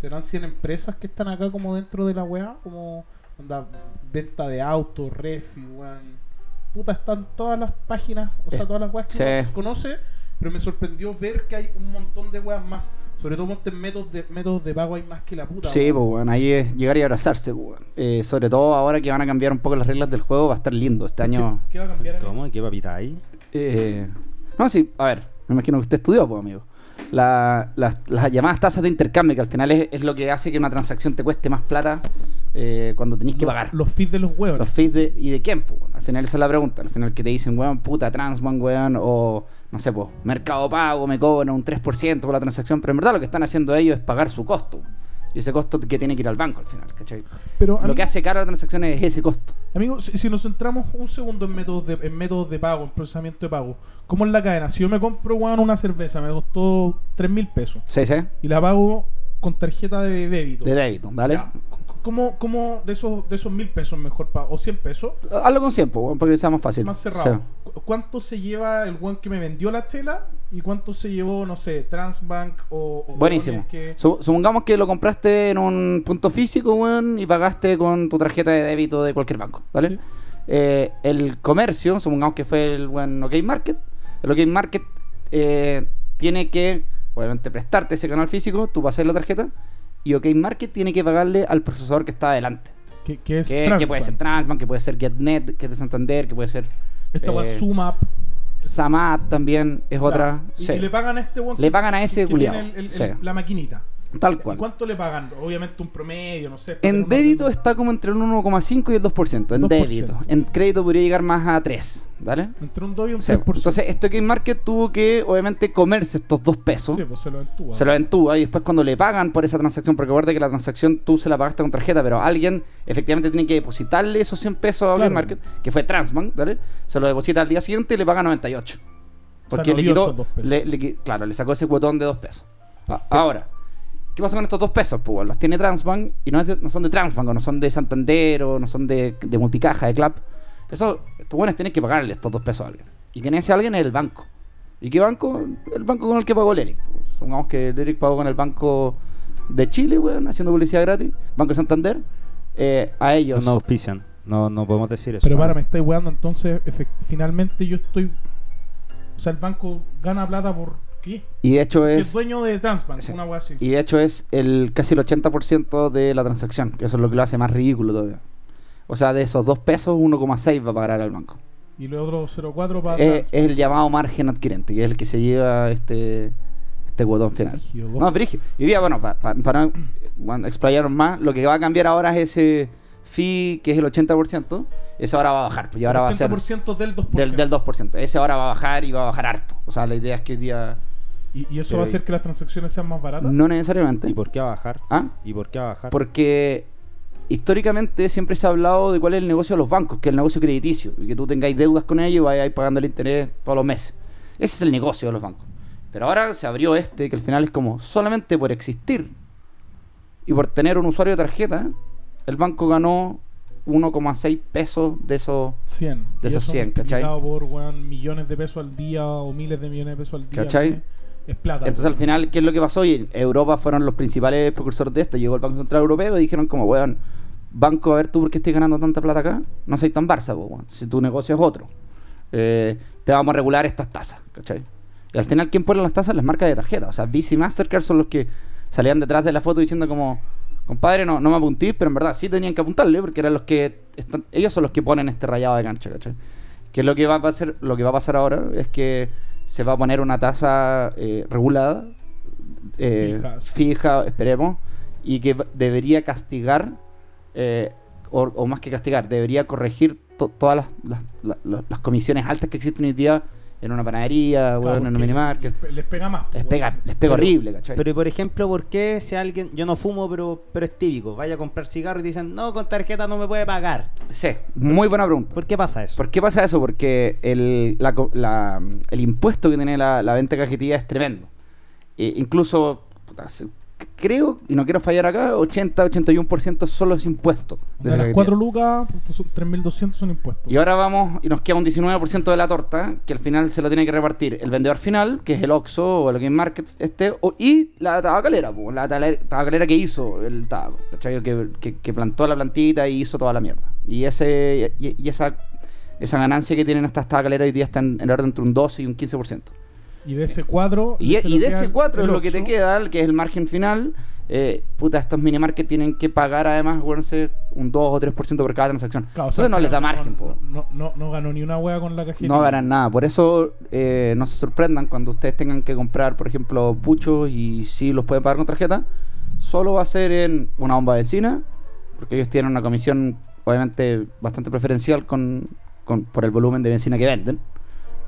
Speaker 1: serán 100 empresas que están acá como dentro de la weá, como onda, venta de autos, refi, weón. Puta, están todas las páginas, o sea,
Speaker 4: Es-
Speaker 1: todas las weas que
Speaker 4: sí.
Speaker 1: uno conoce, pero me sorprendió ver que hay un montón de weas más. Sobre todo ponte en métodos de, métodos de pago hay más que la puta.
Speaker 4: Sí,
Speaker 1: weón.
Speaker 4: pues bueno, ahí es llegar y abrazarse, pues, bueno. Eh, sobre todo ahora que van a cambiar un poco las reglas del juego, va a estar lindo este año.
Speaker 1: ¿Qué va a cambiar? en el-
Speaker 3: ¿Cómo? ¿Qué papita hay?
Speaker 4: Eh, no, sí, a ver, me imagino que usted estudió, pues amigo. La- las- las llamadas tasas de intercambio, que al final es, es lo que hace que una transacción te cueste más plata eh, cuando tenéis que pagar.
Speaker 1: Los fees de los huevos.
Speaker 4: Los fees de, y de quién, pues, bueno. al final esa es la pregunta. Al final que te dicen, weón, puta, Transman, weón, o no sé, pues, Mercado Pago me cobran un 3% por la transacción, pero en verdad lo que están haciendo ellos es pagar su costo. Y ese costo que tiene que ir al banco al final, ¿cachai?
Speaker 1: Pero a
Speaker 4: Lo
Speaker 1: mí-
Speaker 4: que hace cara a la transacción es ese costo.
Speaker 1: Amigos, si, si nos centramos un segundo en métodos, de, en métodos de pago, en procesamiento de pago, ¿cómo es la cadena? Si yo me compro weón, una cerveza, me costó 3 mil pesos
Speaker 4: Sí, sí.
Speaker 1: y la pago con tarjeta de débito.
Speaker 4: De E débito, ¿vale?
Speaker 1: Ya, ¿Cómo, cómo de esos de esos mil pesos mejor pago? ¿O 100 pesos?
Speaker 4: Hazlo con tiempo, weón, para que sea más fácil.
Speaker 1: Más
Speaker 4: Sí.
Speaker 1: cerrado. ¿Cu- ¿Cuánto se lleva el one que me vendió la tela? ¿Y cuánto se llevó, no sé, Transbank o... o
Speaker 4: Buenísimo.
Speaker 1: weones que-
Speaker 4: Su- supongamos que lo compraste en un punto físico, weón, y pagaste con tu tarjeta de débito de cualquier banco, ¿vale?
Speaker 1: Sí.
Speaker 4: Eh, el comercio, supongamos que fue el buen OK Market, el OK Market eh, tiene que, obviamente, prestarte ese canal físico, tú pasas la tarjeta, y OK Market tiene que pagarle al procesador que está adelante.
Speaker 1: Que, que es
Speaker 4: Que, que puede ser
Speaker 1: Transbank.
Speaker 4: Transman, que puede ser GetNet, que es de Santander, que puede ser
Speaker 1: Esta weá
Speaker 4: eh,
Speaker 1: suma...
Speaker 4: Samap también, es otra.
Speaker 1: Y,
Speaker 4: sí.
Speaker 1: y le pagan a este one
Speaker 4: Le pagan a ese culiao, sí.
Speaker 1: La maquinita.
Speaker 4: Tal
Speaker 1: ¿Y
Speaker 4: cual.
Speaker 1: cuánto le pagan? Obviamente un promedio, no sé. para tener
Speaker 4: En
Speaker 1: una
Speaker 4: débito
Speaker 1: redundancia.
Speaker 4: está como entre el 1,5 y el 2%. En
Speaker 1: 2%.
Speaker 4: débito. En crédito podría llegar más a 3. ¿Vale?
Speaker 1: Entre un 2 y un
Speaker 4: O sea,
Speaker 1: 3%.
Speaker 4: entonces, esto que Market tuvo que, obviamente, comerse estos dos pesos.
Speaker 1: Sí, pues se lo entúa.
Speaker 4: se lo entúa y después cuando le pagan por esa transacción, porque recuerda que la transacción tú se la pagaste con tarjeta, pero alguien efectivamente tiene que depositarle esos 100 pesos a
Speaker 1: Claro.
Speaker 4: Open Market, que fue Transbank, ¿vale? Se lo deposita al día siguiente y le paga 98. Porque
Speaker 1: no
Speaker 4: le
Speaker 1: vio
Speaker 4: quitó,
Speaker 1: esos dos pesos.
Speaker 4: le- le qui- claro, le sacó ese cuotón de 2 pesos. A- Ahora, ¿qué pasa con estos 2 pesos? Pues bueno, los tiene Transbank y no, es de- no son de Transbank, o no son de Santander, o no son de, de Multicaja, de Clap. Eso, estos buenos tienen que pagarle estos 2 pesos a alguien. Y quien es ese alguien es el banco. ¿Y qué banco? El banco con el que pagó el Eric. Pues, Supongamos que el Eric pagó con el Banco de Chile, weón, haciendo publicidad gratis, Banco de Santander, eh, a ellos.
Speaker 3: No auspician. No, no podemos decir eso.
Speaker 1: Pero para, me estáis weando. Entonces, efect- finalmente yo estoy. O sea, el banco gana plata por. ¿Qué?
Speaker 4: Y de hecho
Speaker 1: Es
Speaker 4: es...
Speaker 1: dueño de Transbank,
Speaker 4: Sí.
Speaker 1: una weá así.
Speaker 4: Y de hecho es el casi el 80% de la transacción, que eso es lo que lo hace más ridículo todavía. O sea, de esos 2 pesos, 1,6 va a pagar al banco.
Speaker 1: Y lo otro 0,4 para
Speaker 4: Eh, es el llamado margen adquirente, que es el que se lleva este este cuotón final.
Speaker 1: Brígido,
Speaker 4: No, brígido. Y hoy día, bueno, pa- pa- para no, eh, bueno, explayarnos más, lo que va a cambiar ahora es ese fee, que es el 80%, ese ahora va a bajar, pues, y ahora va a ser
Speaker 1: 80% del 2%.
Speaker 4: del, del 2%. Ese ahora va a bajar y va a bajar harto. O sea, la idea es que hoy día...
Speaker 1: ¿Y, y eso va a
Speaker 3: Pero-
Speaker 1: hacer que las transacciones sean más baratas?
Speaker 4: No necesariamente.
Speaker 3: ¿Y por qué va a bajar?
Speaker 4: ¿Ah?
Speaker 3: ¿Y por qué va a bajar?
Speaker 4: Porque históricamente siempre se ha hablado de cuál es el negocio de los bancos, que es el negocio crediticio, y que tú tengáis deudas con ellos y vayáis pagando el interés todos los meses. Ese es el negocio de los bancos. Pero ahora se abrió este, que al final es como solamente por existir y por tener un usuario de tarjeta, el banco ganó 1,6 pesos de esos
Speaker 1: 100. Y
Speaker 4: De esos
Speaker 1: eso
Speaker 4: 100, ¿cachai?
Speaker 1: multiplicado por weón, millones de pesos al día o miles de millones de pesos al día.
Speaker 4: ¿Cachai?
Speaker 1: weón, Es plata.
Speaker 4: Entonces al
Speaker 1: weón.
Speaker 4: final, ¿qué es lo que pasó? Y en Europa fueron los principales precursores de esto. Llegó el Banco Central Europeo y dijeron como, weón, banco, a ver tú por qué estás ganando tanta plata acá. No soy tan Barça, po, weón. Si tu negocio es otro. Eh, te vamos a regular estas tasas, ¿cachai? Y al final, ¿quién pone las tasas? Las marcas de tarjeta. O sea, Visa y Mastercard son los que salían detrás de la foto diciendo como, compadre, no, no me apuntís, pero en verdad sí tenían que apuntarle porque eran los que... están- ellos son los que ponen este rayado de cancha, ¿cachai? que lo que va a pasar lo que va a pasar ahora es que se va a poner una tasa eh, regulada eh,
Speaker 1: Fija.
Speaker 4: fija esperemos y que va- debería castigar eh, o, o más que castigar debería corregir to- todas las, las- la- la- las comisiones altas que existen hoy día en una panadería
Speaker 1: Claro,
Speaker 4: weón, en un
Speaker 1: porque
Speaker 4: minimarket
Speaker 1: les pe- Les pega más. pues,
Speaker 4: les
Speaker 1: weón.
Speaker 4: pega les pega
Speaker 3: Pero-
Speaker 4: horrible ¿cachai?
Speaker 3: Pero, y por ejemplo, ¿por qué si alguien, yo no fumo, pero, pero es típico, vaya a comprar cigarro y dicen, no, con tarjeta no me puede pagar?
Speaker 4: sí muy buena pregunta
Speaker 3: ¿Por qué pasa eso?
Speaker 4: ¿Por qué pasa eso? Porque el, la co- la- el impuesto que tiene la, la venta cajetilla es tremendo. E- incluso, puta, se- creo, y no quiero fallar acá, 80-81% son los impuestos. de
Speaker 1: De
Speaker 4: esa
Speaker 1: las
Speaker 4: cajetilla.
Speaker 1: 4 lucas, son 3.200 son impuestos.
Speaker 4: Y ahora vamos y nos queda un 19% de la torta que al final se lo tiene que repartir el vendedor final, que es el Oxxo o el Game Market, este, o- y la tabacalera, po, la tale- tabacalera que hizo el tabaco, ¿cachai? Que, que- que plantó la plantita y hizo toda la mierda. Y, ese, y, y esa, esa ganancia que tienen estas tabacaleras hoy día está en, en orden entre un 12 y un 15%.
Speaker 1: Y de ese 4.
Speaker 4: Y, y de ese 4 es lo que te queda, el que es el margen final. Eh, puta, estos minimarket tienen que pagar además, acuérdense, un 2 o 3% por cada transacción. Entonces no les da margen, po.
Speaker 1: No, no, no ganó ni una hueá con la cajita.
Speaker 4: No ganan nada, por eso eh, no se sorprendan cuando ustedes tengan que comprar, por ejemplo, puchos y si los pueden pagar con tarjeta, solo va a ser en una bomba de benzina, porque ellos tienen una comisión obviamente bastante preferencial con, con- por el volumen de benzina que venden.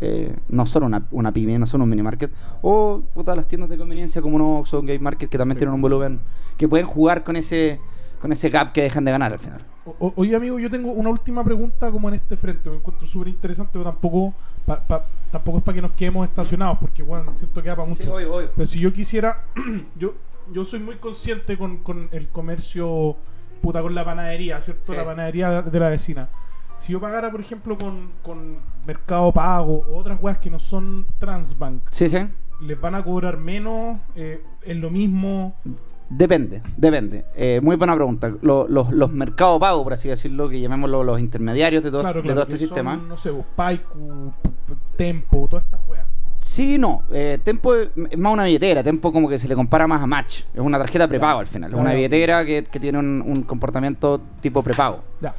Speaker 4: Eh, no son una, una pyme, no son un minimarket. O puta, las tiendas de conveniencia como no son Game Market que también tienen un volumen que pueden jugar con ese, con ese gap que dejan de ganar al final.
Speaker 1: O- o- oye, amigo, yo tengo una última pregunta como en este frente. Me encuentro súper interesante, pero tampoco, pa- pa- tampoco es para que nos quedemos estacionados, porque, bueno, siento que da para mucho. Pero si yo quisiera, yo, yo soy muy consciente con, con el comercio, puta, con la panadería, ¿cierto?
Speaker 4: Sí.
Speaker 1: La panadería de la vecina. Si yo pagara, por ejemplo, con, con Mercado Pago o otras weas que no son Transbank,
Speaker 4: Sí, sí.
Speaker 1: ¿les van a cobrar menos? Eh, ¿Es lo mismo?
Speaker 4: Depende, depende. Eh, muy buena pregunta. Lo- los, los mercados pagos, por así decirlo, que llamémoslo los intermediarios de todo, de todo
Speaker 1: que
Speaker 4: este
Speaker 1: son,
Speaker 4: sistema.
Speaker 1: No sé, vos, Paiku, P- P- Tempo, todas estas weas.
Speaker 4: Sí, no. Eh, Tempo es es más una billetera. Tempo como que se le compara más a Match. Es una tarjeta prepago al final. Es una
Speaker 1: Claro.
Speaker 4: billetera que, que tiene un, un comportamiento tipo prepago.
Speaker 1: Ya.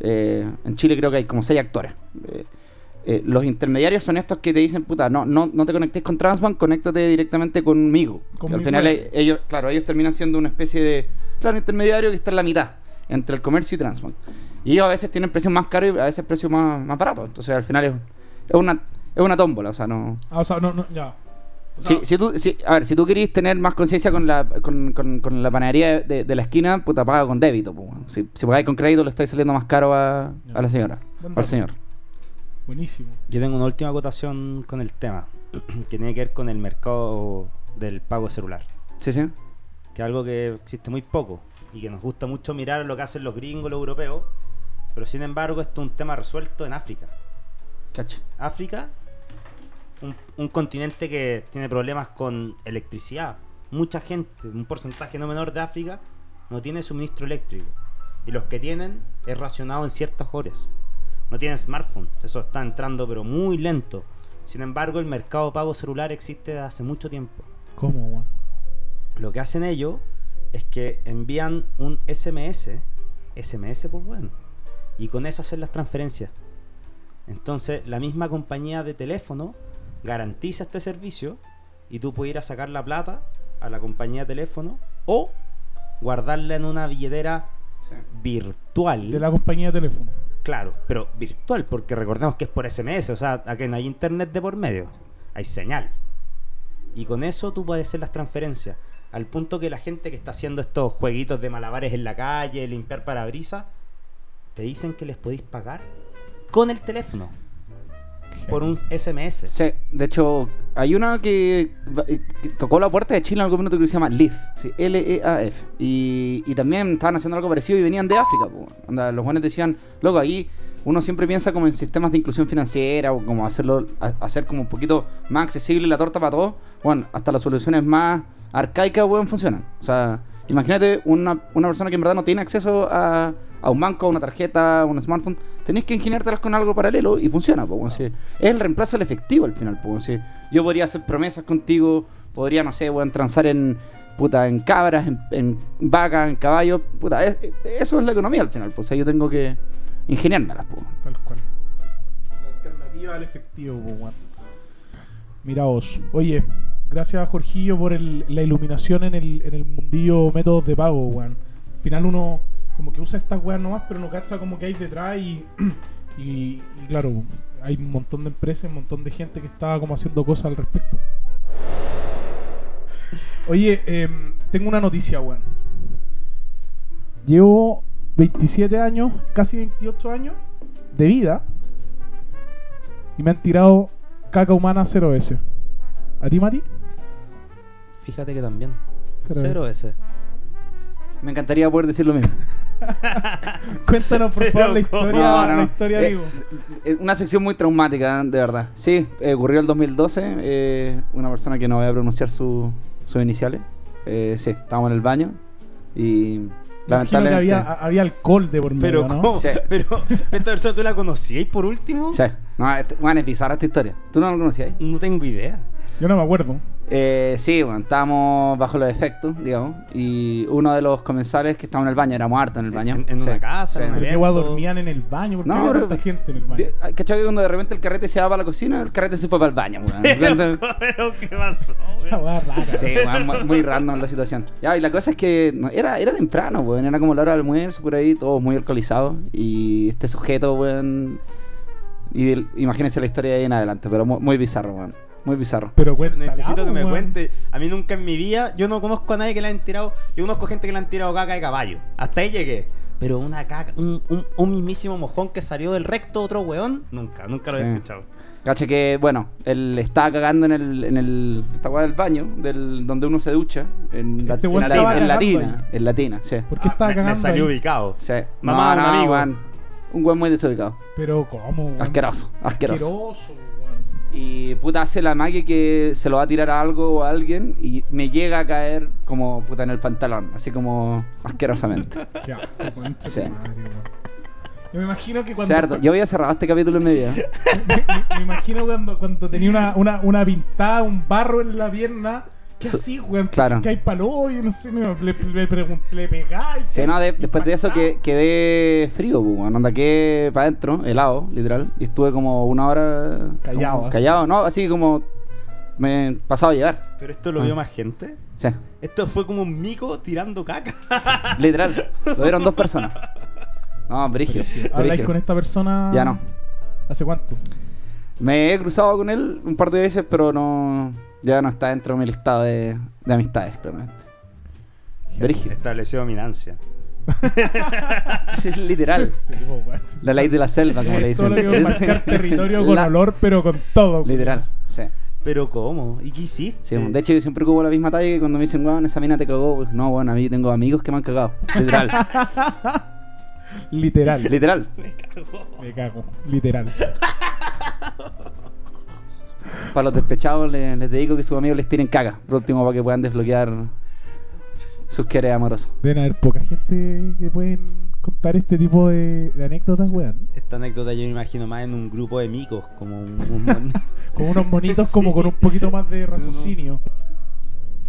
Speaker 4: Eh, en Chile creo que hay como seis actores. Eh, eh, los intermediarios son estos que te dicen, puta, no, no, no te conectes con Transbank, conéctate directamente conmigo. Que
Speaker 1: Con
Speaker 4: al
Speaker 1: mi
Speaker 4: final
Speaker 1: web.
Speaker 4: e- ellos, claro, ellos terminan siendo una especie de, claro, intermediario que está en la mitad entre el comercio y Transbank. Y ellos a veces tienen precios más caros y a veces precios más, más baratos. Entonces al final es, es una, es una tómbola, o sea, no...
Speaker 1: Ah, o sea, no, no, ya. O
Speaker 4: Si,
Speaker 1: sea,
Speaker 4: si tú, si- a ver, si tú querís tener más conciencia con la, con, con- con la panadería de, de la esquina, puta, paga con débito. po, weón. Si, si pagáis con crédito, le estáis saliendo más caro a, a la señora,
Speaker 1: Buen
Speaker 4: al
Speaker 1: dato.
Speaker 4: señor.
Speaker 1: Buenísimo.
Speaker 3: Yo tengo una última acotación con el tema, que tiene que ver con el mercado del pago celular,
Speaker 4: Sí, sí.
Speaker 3: que es algo que existe muy poco y que nos gusta mucho mirar lo que hacen los gringos, los europeos, pero sin embargo esto es un tema resuelto en África.
Speaker 4: Cacho.
Speaker 3: África, un, un continente que tiene problemas con electricidad. Mucha gente, un porcentaje no menor de África, no tiene suministro eléctrico. Y los que tienen es racionado en ciertas horas. No tienen smartphone, eso está entrando pero muy lento. Sin embargo, el mercado pago celular existe desde hace mucho tiempo.
Speaker 1: ¿Cómo, weón?
Speaker 3: Lo que hacen ellos es que envían un SMS, SMS pues bueno, y con eso hacer las transferencias. Entonces, la misma compañía de teléfono garantiza este servicio y tú puedes ir a sacar la plata a la compañía de teléfono o guardarla en una billetera
Speaker 4: Sí.
Speaker 3: virtual.
Speaker 1: De la compañía de teléfono.
Speaker 3: Claro, pero virtual, porque recordemos que es por SMS, o sea, aquí no hay internet de por medio, hay señal. Y con eso tú puedes hacer las transferencias. Al punto que la gente que está haciendo estos jueguitos de malabares en la calle, limpiar parabrisas, te dicen que les podéis pagar con el teléfono, por un SMS.
Speaker 4: Sí, de hecho, hay una que, va- eh, que tocó la puerta de Chile en algún minuto que se llama LEAF, sí, L-E-A-F. Y, y también estaban haciendo algo parecido y venían de África. po. Onda, los buenos decían, loco, ahí uno siempre piensa como en sistemas de inclusión financiera o como hacerlo a- hacer como un poquito más accesible la torta para todos. Bueno, hasta las soluciones más arcaicas, weón, funcionan. O sea, imagínate una, una persona que en verdad no tiene acceso a, a un banco, a una tarjeta, a un smartphone. Tenés que ingeniártelas con algo paralelo y funciona, po, weón, sí. Es el reemplazo al efectivo al final, po, weón, sí. Yo podría hacer promesas contigo, podría, no sé, weón, transar en puta, en cabras, en, en vacas, en caballos, puta, es- es- eso es la economía al final, po, o sea, yo tengo que ingeniármelas, po.
Speaker 1: Tal cual. La alternativa al efectivo, po, weón. Mira vos. Oye, gracias a Jorgillo por el- la iluminación en el, en el mundillo métodos de pago, weón. Al final uno como que usa estas weas nomás, pero no cacha como que hay detrás y, y, y claro, hay un montón de empresas, un montón de gente que está como haciendo cosas al respecto. Oye, em, tengo una noticia, weón. Llevo 27 años, casi 28 años de vida y me han tirado caca humana 0S. ¿A ti, Mati?
Speaker 3: Fíjate que también.
Speaker 1: Cero
Speaker 3: Cero S.
Speaker 4: Me encantaría poder decir lo mismo.
Speaker 1: Cuéntanos, por
Speaker 3: Pero
Speaker 1: favor, la
Speaker 3: ¿cómo?
Speaker 1: historia,
Speaker 4: No, no, no.
Speaker 1: La historia
Speaker 4: Eh,
Speaker 1: amigo.
Speaker 4: Eh, Una sección muy traumática, de verdad. Sí, eh, ocurrió el 2012. eh, una persona que no voy a pronunciar su- sus iniciales. eh, sí, estábamos en el baño y
Speaker 1: Imagino que
Speaker 4: lamentablemente.
Speaker 1: había, a- había alcohol de por medio,
Speaker 3: Pero,
Speaker 1: ¿no?
Speaker 3: ¿cómo?
Speaker 4: Sí.
Speaker 3: Pero, ¿esta persona tú la conocías por último?
Speaker 4: Sí, no, este- bueno, es bizarra esta historia. ¿Tú no lo conocías?
Speaker 3: No tengo idea.
Speaker 1: Yo no me acuerdo.
Speaker 4: Eh, sí, bueno, estábamos bajo los efectos, digamos. Y uno de los comensales que estaba en el baño, éramos hartos en el baño.
Speaker 3: En- en
Speaker 4: sí,
Speaker 3: una casa, en
Speaker 1: Pero
Speaker 3: Evento.
Speaker 1: qué guay, dormían en el baño. ¿Por qué
Speaker 4: No,
Speaker 1: había
Speaker 4: pero-
Speaker 1: tanta gente en el baño?
Speaker 4: De- ah, ¿Cachai que cuando de repente el carrete se va para la cocina, el carrete se fue para el baño, weón?
Speaker 3: Pero, ¿qué pasó, weón?
Speaker 1: Una weá rara.
Speaker 4: Sí, weón, muy, muy random la situación. Ya, y la cosa es que no- era, era temprano, weón. Era como la hora del almuerzo por ahí, todos muy alcoholizados. Y este sujeto, weón. Y el- imagínense la historia de ahí en adelante, pero muy, muy bizarro, weón. Muy bizarro.
Speaker 1: Pero cuéntala,
Speaker 3: Necesito que me
Speaker 1: weón.
Speaker 3: cuente. A mí nunca en mi vida, yo no conozco a nadie que le han tirado. Yo conozco gente que le han tirado caca de caballo. Hasta ahí llegué. Pero una caca, un, un, un mismísimo mojón que salió del recto de otro weón, nunca, nunca lo
Speaker 4: Sí.
Speaker 3: había escuchado.
Speaker 4: Cacha que, bueno, él estaba cagando en el. En el esta weá del baño, del, donde uno se ducha. En, la,
Speaker 1: Este
Speaker 4: en
Speaker 1: weón
Speaker 4: la-
Speaker 1: estaba
Speaker 4: en la
Speaker 1: cagando
Speaker 4: tina. En la tina, sí.
Speaker 1: ¿Por qué
Speaker 3: Ah,
Speaker 1: estaba
Speaker 3: me, me
Speaker 1: cagando
Speaker 3: salió
Speaker 1: ahí?
Speaker 3: ubicado.
Speaker 4: sí.
Speaker 3: Mamá de un amigo.
Speaker 4: weón. un weón muy desubicado.
Speaker 1: Pero ¿cómo? weón?
Speaker 4: Asqueroso, asqueroso.
Speaker 1: Asqueroso, weón.
Speaker 4: Y puta hace la magia que se lo va a tirar a algo o a alguien y me llega a caer como puta en el pantalón, así como asquerosamente.
Speaker 1: Qué asco, concha
Speaker 4: Sí.
Speaker 1: tu madre, weón. Yo me imagino que cuando...
Speaker 4: Cerdo. Yo había cerrado este capítulo en mi vida.
Speaker 1: Me, me imagino cuando, cuando tenía una, una, una pintada, un barro en la pierna. ¿Qué
Speaker 4: Su-
Speaker 1: así, weón?
Speaker 4: claro.
Speaker 1: Que hay palo y no sé, me, le, le, pregun- le pegáis.
Speaker 4: Sí,
Speaker 1: que-
Speaker 4: no, de- después de eso que,
Speaker 1: impactado.
Speaker 4: quedé frío, pues, weón. Onda, quedé para adentro, helado, literal. Y estuve como una hora. como
Speaker 1: Callado, así.
Speaker 4: callado, no, así como. Me he pasado a llegar.
Speaker 3: Pero esto lo
Speaker 4: Ah.
Speaker 3: vio más gente.
Speaker 4: Sí,
Speaker 3: Esto fue como un mico tirando caca.
Speaker 4: literal. Lo dieron dos personas. No, Brigio.
Speaker 1: ¿Habláis con esta persona?
Speaker 4: Ya no.
Speaker 1: ¿Hace cuánto?
Speaker 4: Me he cruzado con él un par de veces, pero no. Ya no está dentro de mi listado de, de amistades, claramente. Brígido.
Speaker 3: Estableció dominancia.
Speaker 4: Sí, literal.
Speaker 1: Sí, po, weón.
Speaker 4: La ley de la selva, como le
Speaker 1: Todo
Speaker 4: dicen.
Speaker 1: lo que es marcar territorio con
Speaker 4: La-
Speaker 1: olor, pero con todo. weón.
Speaker 4: Literal, sí.
Speaker 3: Pero ¿cómo? ¿Y qué hiciste?
Speaker 4: sí, De hecho, yo siempre ocupo la misma talla que cuando me dicen, weón, esa mina te cagó. Pues, no, weón, a mí tengo amigos que me han cagado. Literal.
Speaker 1: Literal.
Speaker 4: literal.
Speaker 3: Me cagó.
Speaker 1: me cago. Literal.
Speaker 4: Para los despechados le- les, dedico que sus amigos les tiren caga. Por último, para que puedan desbloquear sus quereres amorosos.
Speaker 1: Deben haber poca gente que pueden contar este tipo de, de anécdotas, weón.
Speaker 3: Esta anécdota yo me imagino más en un grupo de micos, como un- un
Speaker 1: Con unos monitos como con un poquito más de raciocinio.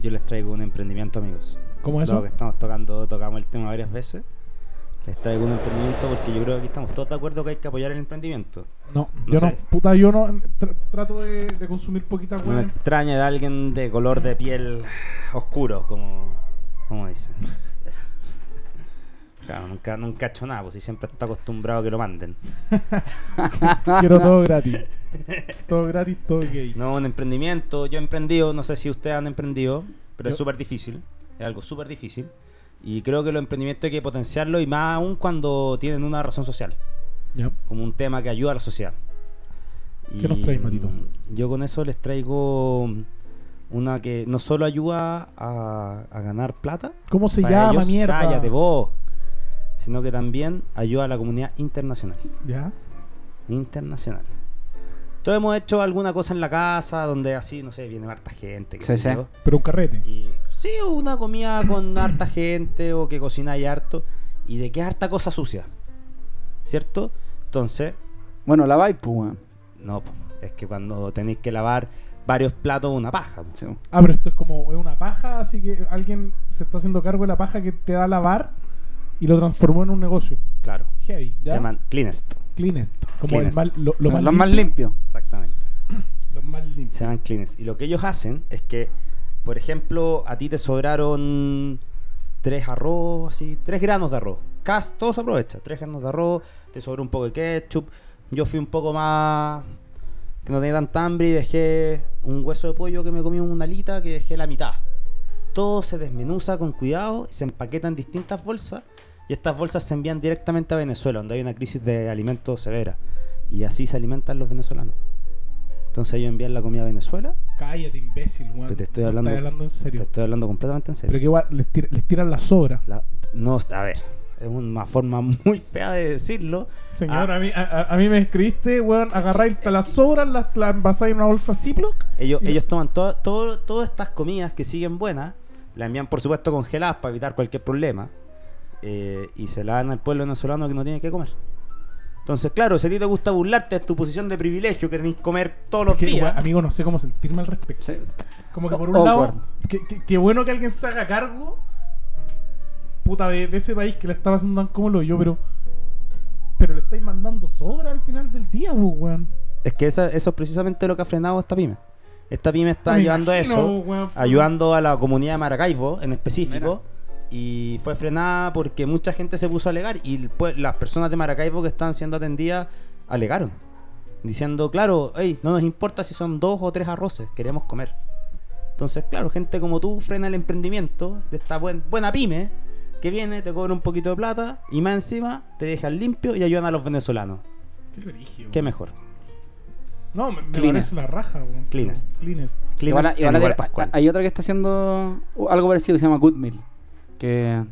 Speaker 3: Yo les traigo un emprendimiento, amigos.
Speaker 1: ¿Cómo
Speaker 3: Dado
Speaker 1: eso?
Speaker 3: que estamos tocando, tocamos el tema varias veces. les traigo un emprendimiento porque yo creo que aquí estamos todos de acuerdo que hay que apoyar el emprendimiento.
Speaker 1: No, yo
Speaker 3: No
Speaker 1: no.
Speaker 3: sé.
Speaker 1: Puta, yo no. tr- trato de, de consumir poquitas
Speaker 3: No me
Speaker 1: weas.
Speaker 3: extraña de alguien de color de piel oscuro, como, como dicen. Claro, nunca, nunca ha hecho nada, pues si siempre está acostumbrado a que lo manden.
Speaker 1: Quiero todo gratis. Todo gratis, todo gay.
Speaker 3: No, un emprendimiento, yo he emprendido, no sé si ustedes han emprendido, pero
Speaker 1: Yo-
Speaker 3: es súper difícil, es algo súper difícil. Y creo que los emprendimientos hay que potenciarlo y más aún cuando tienen una razón social,
Speaker 1: Ya.
Speaker 3: como un tema que ayuda a la sociedad.
Speaker 1: ¿Qué nos traes, Matito?
Speaker 3: mm, Yo con eso les traigo una que no solo ayuda a, a ganar plata,
Speaker 1: ¿Cómo se
Speaker 3: para
Speaker 1: llama,
Speaker 3: ellos,
Speaker 1: mierda?
Speaker 3: cállate vos, sino que también ayuda a la comunidad internacional.
Speaker 1: Ya.
Speaker 3: Internacional. Todos hemos hecho alguna cosa en la casa donde así, no sé, viene harta gente. qué
Speaker 4: Sí,
Speaker 3: sé
Speaker 4: sí.
Speaker 3: yo.
Speaker 1: Pero un carrete.
Speaker 3: Y, sí, o una comida con harta gente o que cocináis harto. Y de qué harta cosa sucia. ¿Cierto? Entonces,
Speaker 4: Bueno, la vais, pues, weón.
Speaker 3: no, po, es que cuando tenéis que lavar varios platos, una paja. po.
Speaker 4: Sí.
Speaker 1: Ah, pero esto es como es una paja, así que alguien se está haciendo cargo de la paja que te da a lavar y lo transformó en un negocio.
Speaker 3: Claro.
Speaker 1: Heavy, ¿ya?
Speaker 3: Se llaman cleanest.
Speaker 1: Cleanest. Como
Speaker 3: Cleanest.
Speaker 1: el mal, lo, lo
Speaker 4: Los más
Speaker 1: limpio.
Speaker 4: limpios.
Speaker 3: Exactamente.
Speaker 1: Los más limpios.
Speaker 3: Se llaman cleanest. Y lo que ellos hacen es que, por ejemplo, a ti te sobraron tres arroz, así, tres granos de arroz. Cas, todo se aprovecha. Tres granos de arroz, te sobró un poco de ketchup. Yo fui un poco más. que no tenía tanta hambre y dejé un hueso de pollo que me comí una alita que dejé la mitad. Todo se desmenuza con cuidado y se empaqueta en distintas bolsas. Y estas bolsas se envían directamente a Venezuela, donde hay una crisis de alimentos severa. Y así se alimentan los venezolanos. Entonces ellos envían la comida a Venezuela.
Speaker 1: Cállate, imbécil, weón.
Speaker 3: Pero te estoy
Speaker 1: No
Speaker 3: hablando-
Speaker 1: Estoy hablando en
Speaker 3: Te
Speaker 1: serio.
Speaker 3: estoy hablando completamente en serio.
Speaker 1: Pero que igual les, tira- les tiran la sobra.
Speaker 3: La- no, a ver, es una forma muy fea de decirlo.
Speaker 1: Señor,
Speaker 3: Ah.
Speaker 1: a, mí, a, a- a mí me escribiste, weón, agarráis las sobras, las, las envasáis en una bolsa Ziploc.
Speaker 3: Ellos,
Speaker 1: Y-
Speaker 3: ellos toman to- todo- todas estas comidas que siguen buenas, las envían por supuesto congeladas para evitar cualquier problema eh, y se la dan al pueblo venezolano que no tiene que comer. Entonces, claro, si a ti te gusta burlarte es tu posición de privilegio que tenés que comer todos los
Speaker 1: Que,
Speaker 3: días.
Speaker 1: weón, amigo, no sé cómo sentirme al respecto.
Speaker 4: Sí.
Speaker 1: Como que por un
Speaker 4: Awkward.
Speaker 1: lado, que, que- que bueno que alguien se haga cargo, puta, de, de ese país que le estaba haciendo tan como lo yo, pero. Pero le estáis mandando sobra al final del día, pues, weón.
Speaker 3: Es que esa- eso es precisamente lo que ha frenado esta pyme. Esta pyme está
Speaker 1: Me
Speaker 3: ayudando
Speaker 1: imagino,
Speaker 3: a eso,
Speaker 1: weón.
Speaker 3: ayudando a la comunidad de Maracaibo en específico. Y fue frenada porque mucha gente se puso a alegar y pues, las personas de Maracaibo que estaban siendo atendidas alegaron. Diciendo, claro, hey, no nos importa si son dos o tres arroces, queremos comer. Entonces, claro, gente como tú frena el emprendimiento de esta buen- buena pyme que viene, te cobra un poquito de plata y más encima te dejan limpio y ayudan a los venezolanos.
Speaker 1: Qué brígido,
Speaker 3: ¿Qué
Speaker 1: weón.
Speaker 3: mejor?
Speaker 1: No, me, me
Speaker 4: Cleanest.
Speaker 1: parece la raja, weón.
Speaker 3: Cleanest.
Speaker 1: Cleanest.
Speaker 4: Igual-
Speaker 3: Cleanest en
Speaker 4: igual
Speaker 3: lugar
Speaker 4: hay-
Speaker 3: Pascual.
Speaker 4: Hay otro que está haciendo algo parecido que se llama Good Meal. Que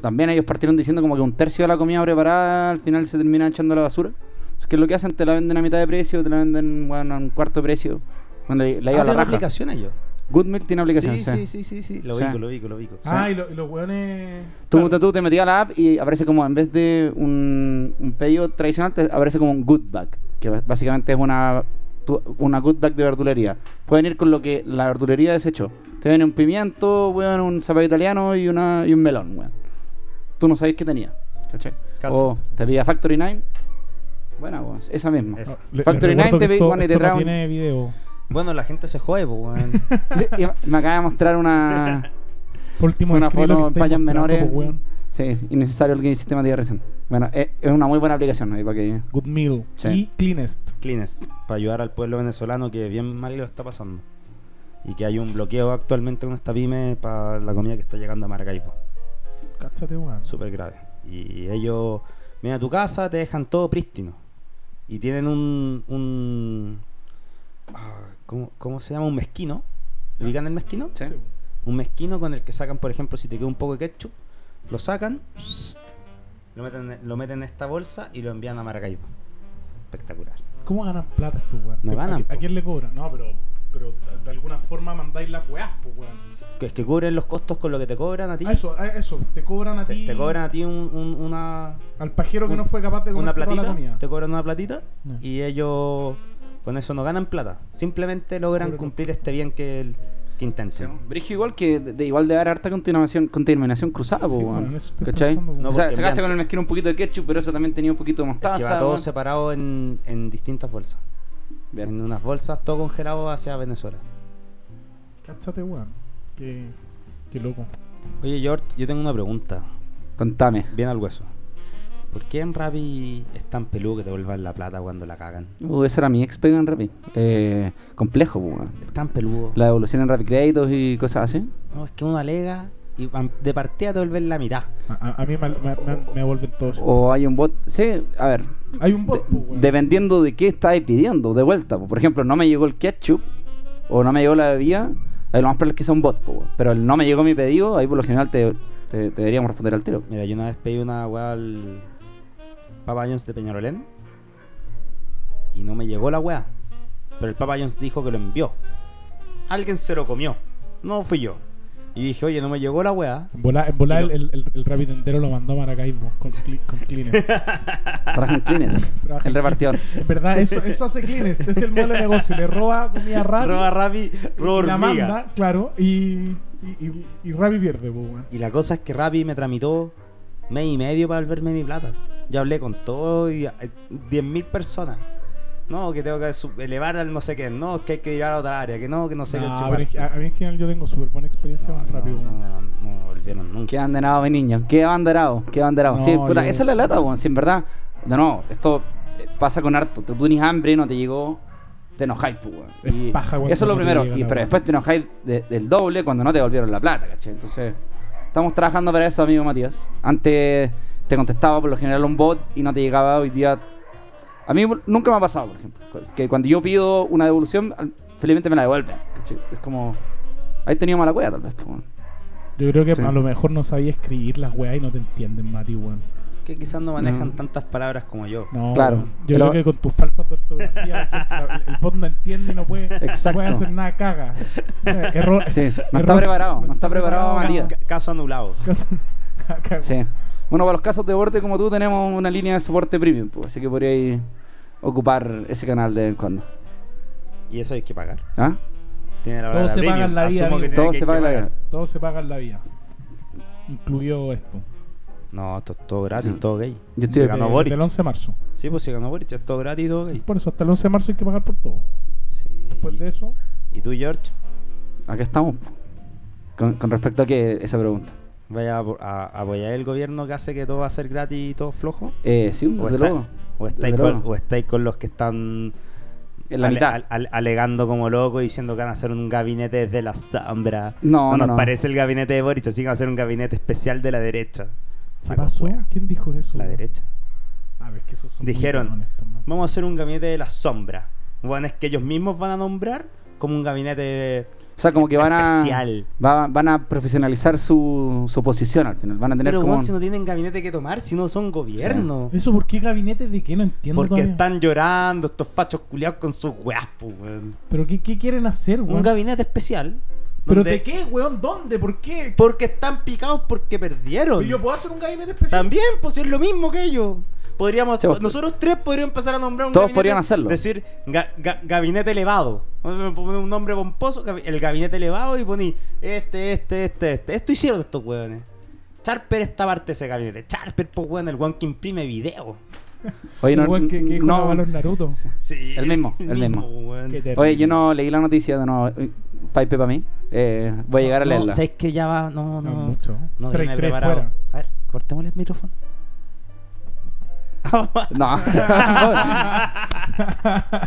Speaker 4: también ellos partieron diciendo como que un tercio de la comida preparada al final se termina echando a la basura. Es que lo que hacen, te la venden a mitad de precio, te la venden bueno, a un cuarto de precio. Bueno, le, le ha ido
Speaker 3: Ah,
Speaker 4: a la
Speaker 3: tiene
Speaker 4: raja.
Speaker 3: aplicación ellos.
Speaker 4: Good Meal tiene aplicación.
Speaker 3: Sí,
Speaker 4: sí.
Speaker 3: sí, sí, sí, sí. Lo
Speaker 4: O sea,
Speaker 3: ubico, lo ubico, lo ubico.
Speaker 1: Ah, y, lo- y los weones.
Speaker 4: Tú,
Speaker 1: claro.
Speaker 4: tú te metías a la app y aparece como, en vez de un, un pedido tradicional, te aparece como un good bag, que ba- básicamente es una, tu- una good bag de verdulería. Pueden ir con lo que la verdulería desechó. Te ven un pimiento, weón, un zapallo italiano y, una, y un melón, weón. Tú no sabías qué tenía, ¿cachai?
Speaker 3: Cacho.
Speaker 4: O te pedía Factory 9. Buena, weón, esa misma.
Speaker 3: Esa.
Speaker 1: Le-
Speaker 4: Factory
Speaker 1: les recuerdo
Speaker 4: 9 te
Speaker 1: que
Speaker 4: ve,
Speaker 1: esto-
Speaker 4: weón, y te
Speaker 1: esto
Speaker 4: trae
Speaker 1: no
Speaker 4: un-
Speaker 1: tiene video.
Speaker 3: Bueno, la gente se jode, po, weón.
Speaker 4: Sí, y me acaba de mostrar una,
Speaker 1: Por último,
Speaker 4: una
Speaker 1: escribe lo
Speaker 4: foto
Speaker 1: que
Speaker 4: en
Speaker 1: estáis
Speaker 4: payas
Speaker 1: mostrando,
Speaker 4: menores.
Speaker 1: pues, weón.
Speaker 4: Sí, innecesario el que hiciste Matías recién. Bueno, es, es una muy buena aplicación ahí para que.
Speaker 1: Good meal.
Speaker 4: Sí.
Speaker 1: Y cleanest.
Speaker 3: Cleanest, para ayudar al pueblo venezolano que bien mal lo está pasando. Y que hay un bloqueo actualmente con esta pyme para la comida que está llegando a Maracaibo.
Speaker 1: Cáchate, weón.
Speaker 3: Súper grave. Y ellos vienen a tu casa, te dejan todo prístino. Y tienen un. un ah, ¿cómo, cómo se llama? Un mezquino. ¿Ubican el mezquino?
Speaker 4: Sí.
Speaker 3: un mezquino con el que sacan, por ejemplo, si te queda un poco de ketchup, lo sacan, lo meten, lo meten en esta bolsa y lo envían a Maracaibo. Espectacular.
Speaker 1: ¿Cómo ganan plata estos weón?
Speaker 3: No
Speaker 1: ¿A-
Speaker 3: ganan,
Speaker 1: ¿A,
Speaker 3: po.
Speaker 1: quién le cobran? No, pero, pero de- de alguna forma mandáis las weas, pues weón.
Speaker 3: Que es que cubren los costos con lo que te cobran a ti.
Speaker 1: Ah, eso, ah, eso. Te cobran a
Speaker 3: te,
Speaker 1: ti.
Speaker 3: te cobran a ti un- un- una,
Speaker 1: Al pajero que
Speaker 3: un-
Speaker 1: no fue capaz de
Speaker 3: una
Speaker 1: comerse toda la comida.
Speaker 3: platita. Te cobran una platita
Speaker 1: Ya.
Speaker 3: y ellos con eso no ganan plata. Simplemente logran
Speaker 1: Cobran-
Speaker 3: cumplir este bien que, el- que intenten.
Speaker 4: Brigio igual que de, de- igual de dar harta continuación, contaminación cruzada,
Speaker 1: Sí,
Speaker 4: po, weón.
Speaker 1: weón, eso estoy
Speaker 4: ¿Cachai?
Speaker 1: pensando, weón.
Speaker 3: No,
Speaker 4: o sea,
Speaker 3: porque
Speaker 4: sacaste
Speaker 3: brillante.
Speaker 4: con el mezquino un poquito de ketchup, pero eso también tenía un poquito de
Speaker 3: que
Speaker 4: mostaza.
Speaker 3: va todo
Speaker 4: weón.
Speaker 3: separado en, en distintas bolsas.
Speaker 4: Bien.
Speaker 3: En unas bolsas, todo congelado hacia Venezuela.
Speaker 1: Cáchate, weón. Qué, qué loco.
Speaker 3: Oye, George, yo tengo una pregunta.
Speaker 4: Contame.
Speaker 3: Bien al hueso. ¿Por qué en Rappi es tan peludo que te vuelvan la plata cuando la cagan?
Speaker 4: Uh, esa era mi ex pega en Rappi. Eh, complejo, po, weón.
Speaker 3: Es tan peludo.
Speaker 4: La devolución en Rappi Créditos y cosas así.
Speaker 3: No, es que uno alega y am- de partida te vuelven la mirada.
Speaker 1: A, a- a mí me, me- me- me vuelven todos.
Speaker 4: O hay un bot. Sí, a ver.
Speaker 1: Hay un bot,
Speaker 4: Oh, de-
Speaker 1: po, weón.
Speaker 4: dependiendo de qué estáis pidiendo de vuelta. po. Por ejemplo, no me llegó el ketchup o no me llegó la bebida. ahí lo más probable es que sea un bot, po, weón. pero el no me llegó mi pedido, ahí por lo general te, te- te deberíamos responder al tiro.
Speaker 3: Mira, yo una vez pedí una weá al Papa John's de Peñarolén y no me llegó la weá. Pero el Papa John's dijo que lo envió. Alguien se lo comió. No fui yo. Y dije, oye, no me llegó la weá.
Speaker 1: En volar, en volar
Speaker 3: Y lo-
Speaker 1: el, el, el Rapid entero lo mandó a Maracaibo con, cli- con Kleenex.
Speaker 4: Trabaja en Clines,
Speaker 1: Trabaja en
Speaker 4: el repartidor.
Speaker 1: En verdad, eso, eso hace Kleenex. Este es el modelo de negocio. Le roba comida Rappi.
Speaker 3: Roba Rappi,
Speaker 1: y
Speaker 3: roba
Speaker 1: la
Speaker 3: hormiga.
Speaker 1: manda, claro. Y, y, y, y Rappi pierde, po, weón.
Speaker 3: Y la cosa es que Rappi me tramitó mes y medio para devolverme mi plata. Yo hablé con todo y eh, 10.000 personas. No, que tengo que sub- elevar al no sé qué. No, es que hay que ir a otra área. Que no, que no sé
Speaker 1: Nah,
Speaker 3: qué.
Speaker 1: pero es que
Speaker 3: chupar.
Speaker 1: a, a mí en general yo tengo súper buena experiencia
Speaker 3: No,
Speaker 1: con Rappi,
Speaker 3: no,
Speaker 1: weón.
Speaker 3: no, no, no volvieron nunca.
Speaker 4: Qué abanderado, mi niño. Qué abanderado, qué abanderado.
Speaker 1: No,
Speaker 4: sí, puta,
Speaker 1: yo-
Speaker 4: esa es la lata, weón. Sí, en verdad. No, no, esto eh, pasa con harto. Te tenés hambre, no te llegó. Te enojáis, pues, weón.
Speaker 1: Es
Speaker 4: Y
Speaker 1: paja cuando
Speaker 4: Eso es
Speaker 1: no
Speaker 4: lo
Speaker 1: te
Speaker 4: primero.
Speaker 1: llega
Speaker 4: Y,
Speaker 1: la
Speaker 4: pero
Speaker 1: weá.
Speaker 4: después te enojáis de- del doble cuando no te devolvieron la plata, ¿cachai? Entonces, estamos trabajando para eso, amigo Matías. Antes te contestaba por lo general un bot y no te llegaba hoy día. A mí nunca me ha pasado, por ejemplo. Que cuando yo pido una devolución, al- felizmente me la devuelven. ¿cachai? Es como. Ahí tenía mala cueva, tal vez, pues, weón.
Speaker 1: Yo creo que
Speaker 4: Sí.
Speaker 1: a lo mejor no sabía escribir las weas y no te entienden, Mati, weón.
Speaker 3: Que quizás no manejan
Speaker 4: No.
Speaker 3: tantas palabras como yo.
Speaker 1: No,
Speaker 4: Claro.
Speaker 1: weón. Yo
Speaker 4: Pero-
Speaker 1: creo que con tus faltas de ortografía, la gente- el bot no entiende y no puede, no
Speaker 4: Exacto.
Speaker 1: puede hacer nada, caga. Error.
Speaker 4: Sí, no está
Speaker 1: error-
Speaker 4: preparado, no está preparado, Matías.
Speaker 3: Ca- Caso anulado.
Speaker 1: Caso- caga,
Speaker 4: Sí. Bueno, para los casos de borde como tú tenemos una línea de soporte premium, pues, así que podríais ocupar ese canal de vez en cuando.
Speaker 3: Y eso hay que pagar.
Speaker 4: ¿Ah?
Speaker 3: Tiene la
Speaker 1: Todo
Speaker 3: palabra
Speaker 1: se paga
Speaker 3: premium.
Speaker 1: en la vida,
Speaker 3: Asumo Eh, que
Speaker 1: amigo.
Speaker 3: tiene
Speaker 4: Todo
Speaker 3: que-
Speaker 4: se
Speaker 3: que
Speaker 4: paga la
Speaker 3: pagar.
Speaker 4: vida.
Speaker 1: Todo se paga en la vida. Incluido esto.
Speaker 3: No, esto es todo gratis,
Speaker 4: Sí.
Speaker 3: todo gay.
Speaker 4: Yo
Speaker 3: Se
Speaker 4: estoy
Speaker 3: ganó
Speaker 1: Eh,
Speaker 3: Boric.
Speaker 1: Del 11 de marzo.
Speaker 3: Sí, pues se ganó Boric, es todo gratis, todo gay.
Speaker 1: Por eso, hasta el 11 de marzo hay que pagar por todo.
Speaker 3: Sí.
Speaker 1: Después de eso,
Speaker 3: ¿Y tú, George?
Speaker 4: Acá estamos. po. Con, con respecto a que esa pregunta.
Speaker 3: ¿Vaya a, a- a apoyar el gobierno que hace que todo va a ser gratis y todo flojo?
Speaker 4: Eh, sí,
Speaker 3: ¿O
Speaker 4: desde
Speaker 3: está-
Speaker 4: luego.
Speaker 3: ¿O
Speaker 4: Desde
Speaker 3: estáis con,
Speaker 4: luego.
Speaker 3: o estáis con los que están
Speaker 4: En la
Speaker 3: ale-
Speaker 4: mitad.
Speaker 3: al- al- alegando como locos diciendo que van a hacer un gabinete desde la sombra?
Speaker 4: No, no,
Speaker 3: nos
Speaker 4: no.
Speaker 3: parece el gabinete de Boric, así que va a ser un gabinete especial de la derecha.
Speaker 1: ¿qué
Speaker 3: Saco
Speaker 1: pasó?
Speaker 3: wea.
Speaker 1: ¿Quién dijo eso?
Speaker 3: La
Speaker 1: weón?
Speaker 3: derecha.
Speaker 1: Ah, ves que esos son muy
Speaker 3: Dijeron,
Speaker 1: cabrones, estos, man.
Speaker 3: Vamos a hacer un gabinete de la sombra. Bueno, es que ellos mismos van a nombrar como un gabinete
Speaker 4: O sea, como que van a,
Speaker 3: especial.
Speaker 4: va- van a profesionalizar su, su posición al final. Van a tener
Speaker 3: Pero
Speaker 4: como.
Speaker 3: bueno,
Speaker 4: un-
Speaker 3: si no tienen gabinete que tomar, si no son gobierno.
Speaker 1: ¿Eso por qué gabinete de qué? No entiendo
Speaker 3: Porque
Speaker 1: todavía.
Speaker 3: están llorando estos fachos culiados con sus weas, po, weón.
Speaker 1: ¿Pero qué, qué quieren hacer,
Speaker 3: Un
Speaker 1: weón?
Speaker 3: gabinete especial.
Speaker 1: ¿Pero
Speaker 3: donde-
Speaker 1: de qué, weón? ¿Dónde? ¿Por qué?
Speaker 3: Porque están picados porque perdieron.
Speaker 1: Pero yo puedo hacer un gabinete especial.
Speaker 3: También, pues si es lo mismo que ellos. Podríamos,
Speaker 4: Sí, vos-
Speaker 3: nosotros tres podríamos empezar a nombrar un
Speaker 4: Todos
Speaker 3: gabinete,
Speaker 4: podrían hacerlo.
Speaker 3: Decir ga- ga- gabinete elevado. Poner Un nombre pomposo, gabi- el gabinete elevado y poní este, este, este, este. Esto hicieron estos weones. Charper está parte de ese gabinete. Charper, pues weón, el weón que imprime video.
Speaker 4: Oye, no,
Speaker 1: Igual que, que
Speaker 4: no-
Speaker 1: jugaba a los Naruto.
Speaker 3: Sí,
Speaker 4: El mismo, el mismo.
Speaker 3: weón.
Speaker 1: Qué terrible.
Speaker 4: Oye, yo no leí la noticia de no. Pipe para mí. Eh, voy a llegar a
Speaker 3: No,
Speaker 4: leerla.
Speaker 3: ¿Sabes que ya va? No,
Speaker 1: No,
Speaker 3: no.
Speaker 1: mucho.
Speaker 3: No, yo
Speaker 1: Strike
Speaker 3: me he
Speaker 1: tres
Speaker 3: preparado.
Speaker 1: fuera.
Speaker 3: A ver, cortémosle el micrófono.
Speaker 4: No.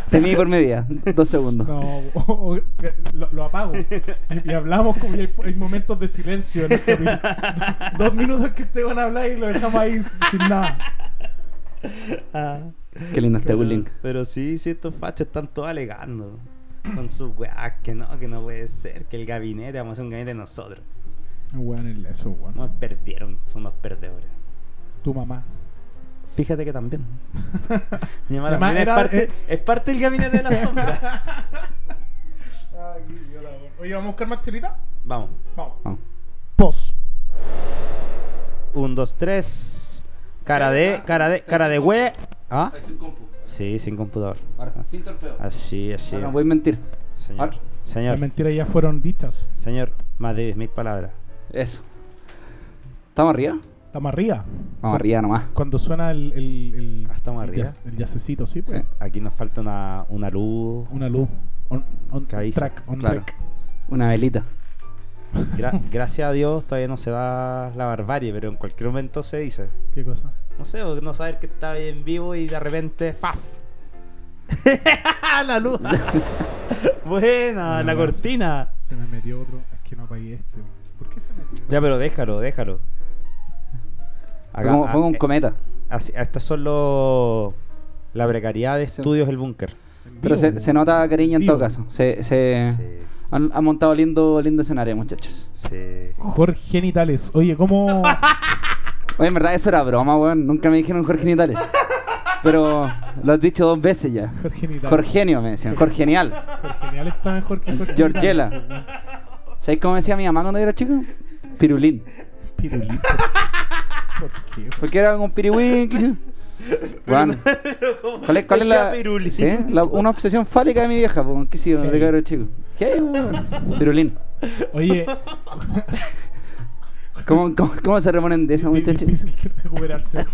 Speaker 4: Temí por mi vida. Dos segundos.
Speaker 1: No, o- o- que lo, lo apago. Y, y hablamos como y hay, hay momentos de silencio. en este video. Dos minutos que te van a hablar y lo dejamos ahí sin nada.
Speaker 3: Ah.
Speaker 4: Qué lindo este
Speaker 3: Pero-
Speaker 4: bullying.
Speaker 3: Pero sí, sí, estos fachos están todos alegando. Con sus weas, que no, que no puede ser, que el gabinete, vamos a hacer un gabinete nosotros.
Speaker 1: Ah, Weón, el eso, weón.
Speaker 3: Nos perdieron, son unos perdedores.
Speaker 1: Tu mamá.
Speaker 3: Fíjate que también. Mi mamá
Speaker 1: Mi mamá
Speaker 3: también
Speaker 1: era-
Speaker 3: es, parte,
Speaker 1: eh.
Speaker 3: es parte del gabinete de la sombra.
Speaker 1: Oye, ¿vamos a buscar más chelita?
Speaker 3: Vamos.
Speaker 1: Vamos.
Speaker 4: Vamos.
Speaker 1: Pos.
Speaker 3: Un, dos, tres. Cara de, cara de, cara de hue. ¿Ah? Sí, sin computador.
Speaker 4: Ahora, Sin torpeo.
Speaker 3: Así, así.
Speaker 4: No, no Ah, voy a mentir.
Speaker 3: Señor,
Speaker 4: Ahora.
Speaker 1: Las
Speaker 3: señor,
Speaker 1: mentiras ya fueron dichas.
Speaker 3: señor, más de 10.000 palabras.
Speaker 4: Eso. ¿Estamos arriba?
Speaker 1: Estamos arriba.
Speaker 4: Vamos arriba nomás.
Speaker 1: Cuando suena el. el, el-
Speaker 3: Ah, estamos
Speaker 1: el
Speaker 3: arriba.
Speaker 1: jazz- El yacecito, sí, pues.
Speaker 4: Sí.
Speaker 3: Aquí nos falta una, una luz.
Speaker 1: Una luz. On, on
Speaker 3: Caíse.
Speaker 1: track, on
Speaker 4: Claro.
Speaker 1: track.
Speaker 4: Una velita.
Speaker 3: Gra- gracias a Dios todavía no se da la barbarie, pero en cualquier momento se dice.
Speaker 1: ¿Qué cosa?
Speaker 3: No sé, porque no saber que está en vivo y de repente ¡faf! la luz. Buena, la
Speaker 1: No,
Speaker 3: cortina.
Speaker 1: Se me metió otro. Es que no apagué este. weón. ¿Por qué se metió?
Speaker 3: Ya, pero déjalo, déjalo.
Speaker 4: Fue
Speaker 3: Acá-
Speaker 4: como, fue
Speaker 3: ah,
Speaker 4: un
Speaker 3: eh,
Speaker 4: cometa.
Speaker 3: así- Estas son los. La precariedad de
Speaker 4: Sí.
Speaker 3: estudios del búnker.
Speaker 1: En
Speaker 4: Pero
Speaker 1: vivo,
Speaker 4: se,
Speaker 1: weón.
Speaker 4: se nota cariño en
Speaker 1: Vivo.
Speaker 4: todo caso. Se, se
Speaker 3: Sí,
Speaker 4: han, han montado lindo, lindo escenario, muchachos.
Speaker 3: sí.
Speaker 1: Jorge Genitales. Oye, ¿cómo.?
Speaker 4: Oye, en verdad eso era broma, weón. Nunca me dijeron Jorge Genitales. Pero lo has dicho dos veces ya.
Speaker 1: Jorge Genitales.
Speaker 4: Jorgenio me decían, Jorgenial.
Speaker 1: Jorge Genial está mejor que Jorge
Speaker 4: Georgiela.
Speaker 1: Genitales, weón.
Speaker 4: ¿Sabes cómo me decía mi mamá cuando yo era chico? Pirulín.
Speaker 1: Pirulito. ¿Por qué? weón?
Speaker 4: Porque era como un piriwín. qué sé yo. Weón,
Speaker 3: Pero como
Speaker 4: ¿Cuál es, cuál es
Speaker 3: decía
Speaker 4: la,
Speaker 3: Pirulín.
Speaker 4: sí, la- Una obsesión fálica de mi vieja, po, ¿qué sigo?
Speaker 1: Heavy.
Speaker 4: De cabro chico. ¿Qué, weón? Pirulín.
Speaker 1: Oye,
Speaker 4: ¿Cómo, cómo, cómo se reponen de esa,
Speaker 1: di-
Speaker 4: muchachos?
Speaker 1: difícil de recuperarse.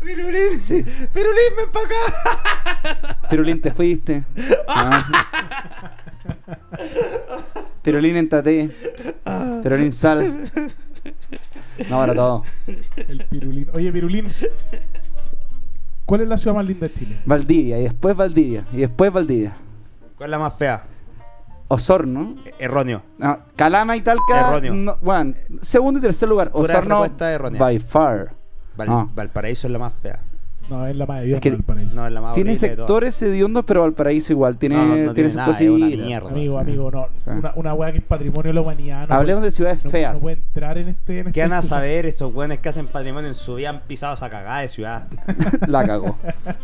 Speaker 3: Pirulín, Pirulín, ven para acá.
Speaker 4: Pirulín, te fuiste. Ah. Pirulín, entate.
Speaker 3: Ah.
Speaker 4: Pirulín, sal. No, para todo.
Speaker 1: El pirulín. Oye, pirulín. ¿Cuál es la ciudad más linda de Chile?
Speaker 4: Valdivia, y después Valdivia, y después Valdivia.
Speaker 3: ¿Cuál es la más fea? E-,
Speaker 4: Osorno.
Speaker 3: Erróneo.
Speaker 4: No, Ah, Calama y Talca.
Speaker 3: Erróneo.
Speaker 4: no, weón, segundo y tercer lugar.
Speaker 3: Pura
Speaker 4: Osorno.
Speaker 3: respuesta errónea. Ah,
Speaker 4: By far.
Speaker 3: Val-
Speaker 4: No.
Speaker 3: Valparaíso es la más fea.
Speaker 1: No, es la más de
Speaker 4: Es que-
Speaker 1: del paraíso.
Speaker 3: No, es la más
Speaker 4: Tiene
Speaker 3: horrible de todas.
Speaker 4: sectores hediondos, pero Valparaíso igual. Tiene,
Speaker 3: No, no, no
Speaker 4: tiene,
Speaker 3: tiene
Speaker 4: sus
Speaker 3: nada, es una
Speaker 4: cositas.
Speaker 3: mierda.
Speaker 1: Amigo, amigo, no.
Speaker 4: Sí.
Speaker 1: Una, una weá que es patrimonio de la humanidad. No
Speaker 4: Hablemos de ciudades
Speaker 1: no-
Speaker 4: feas.
Speaker 1: No puede entrar en este. En
Speaker 3: ¿Qué
Speaker 1: esta
Speaker 3: van a
Speaker 1: discusión.
Speaker 3: saber estos weones que hacen patrimonio en su vida? Han pisado esa cagada de ciudad.
Speaker 4: La cagó.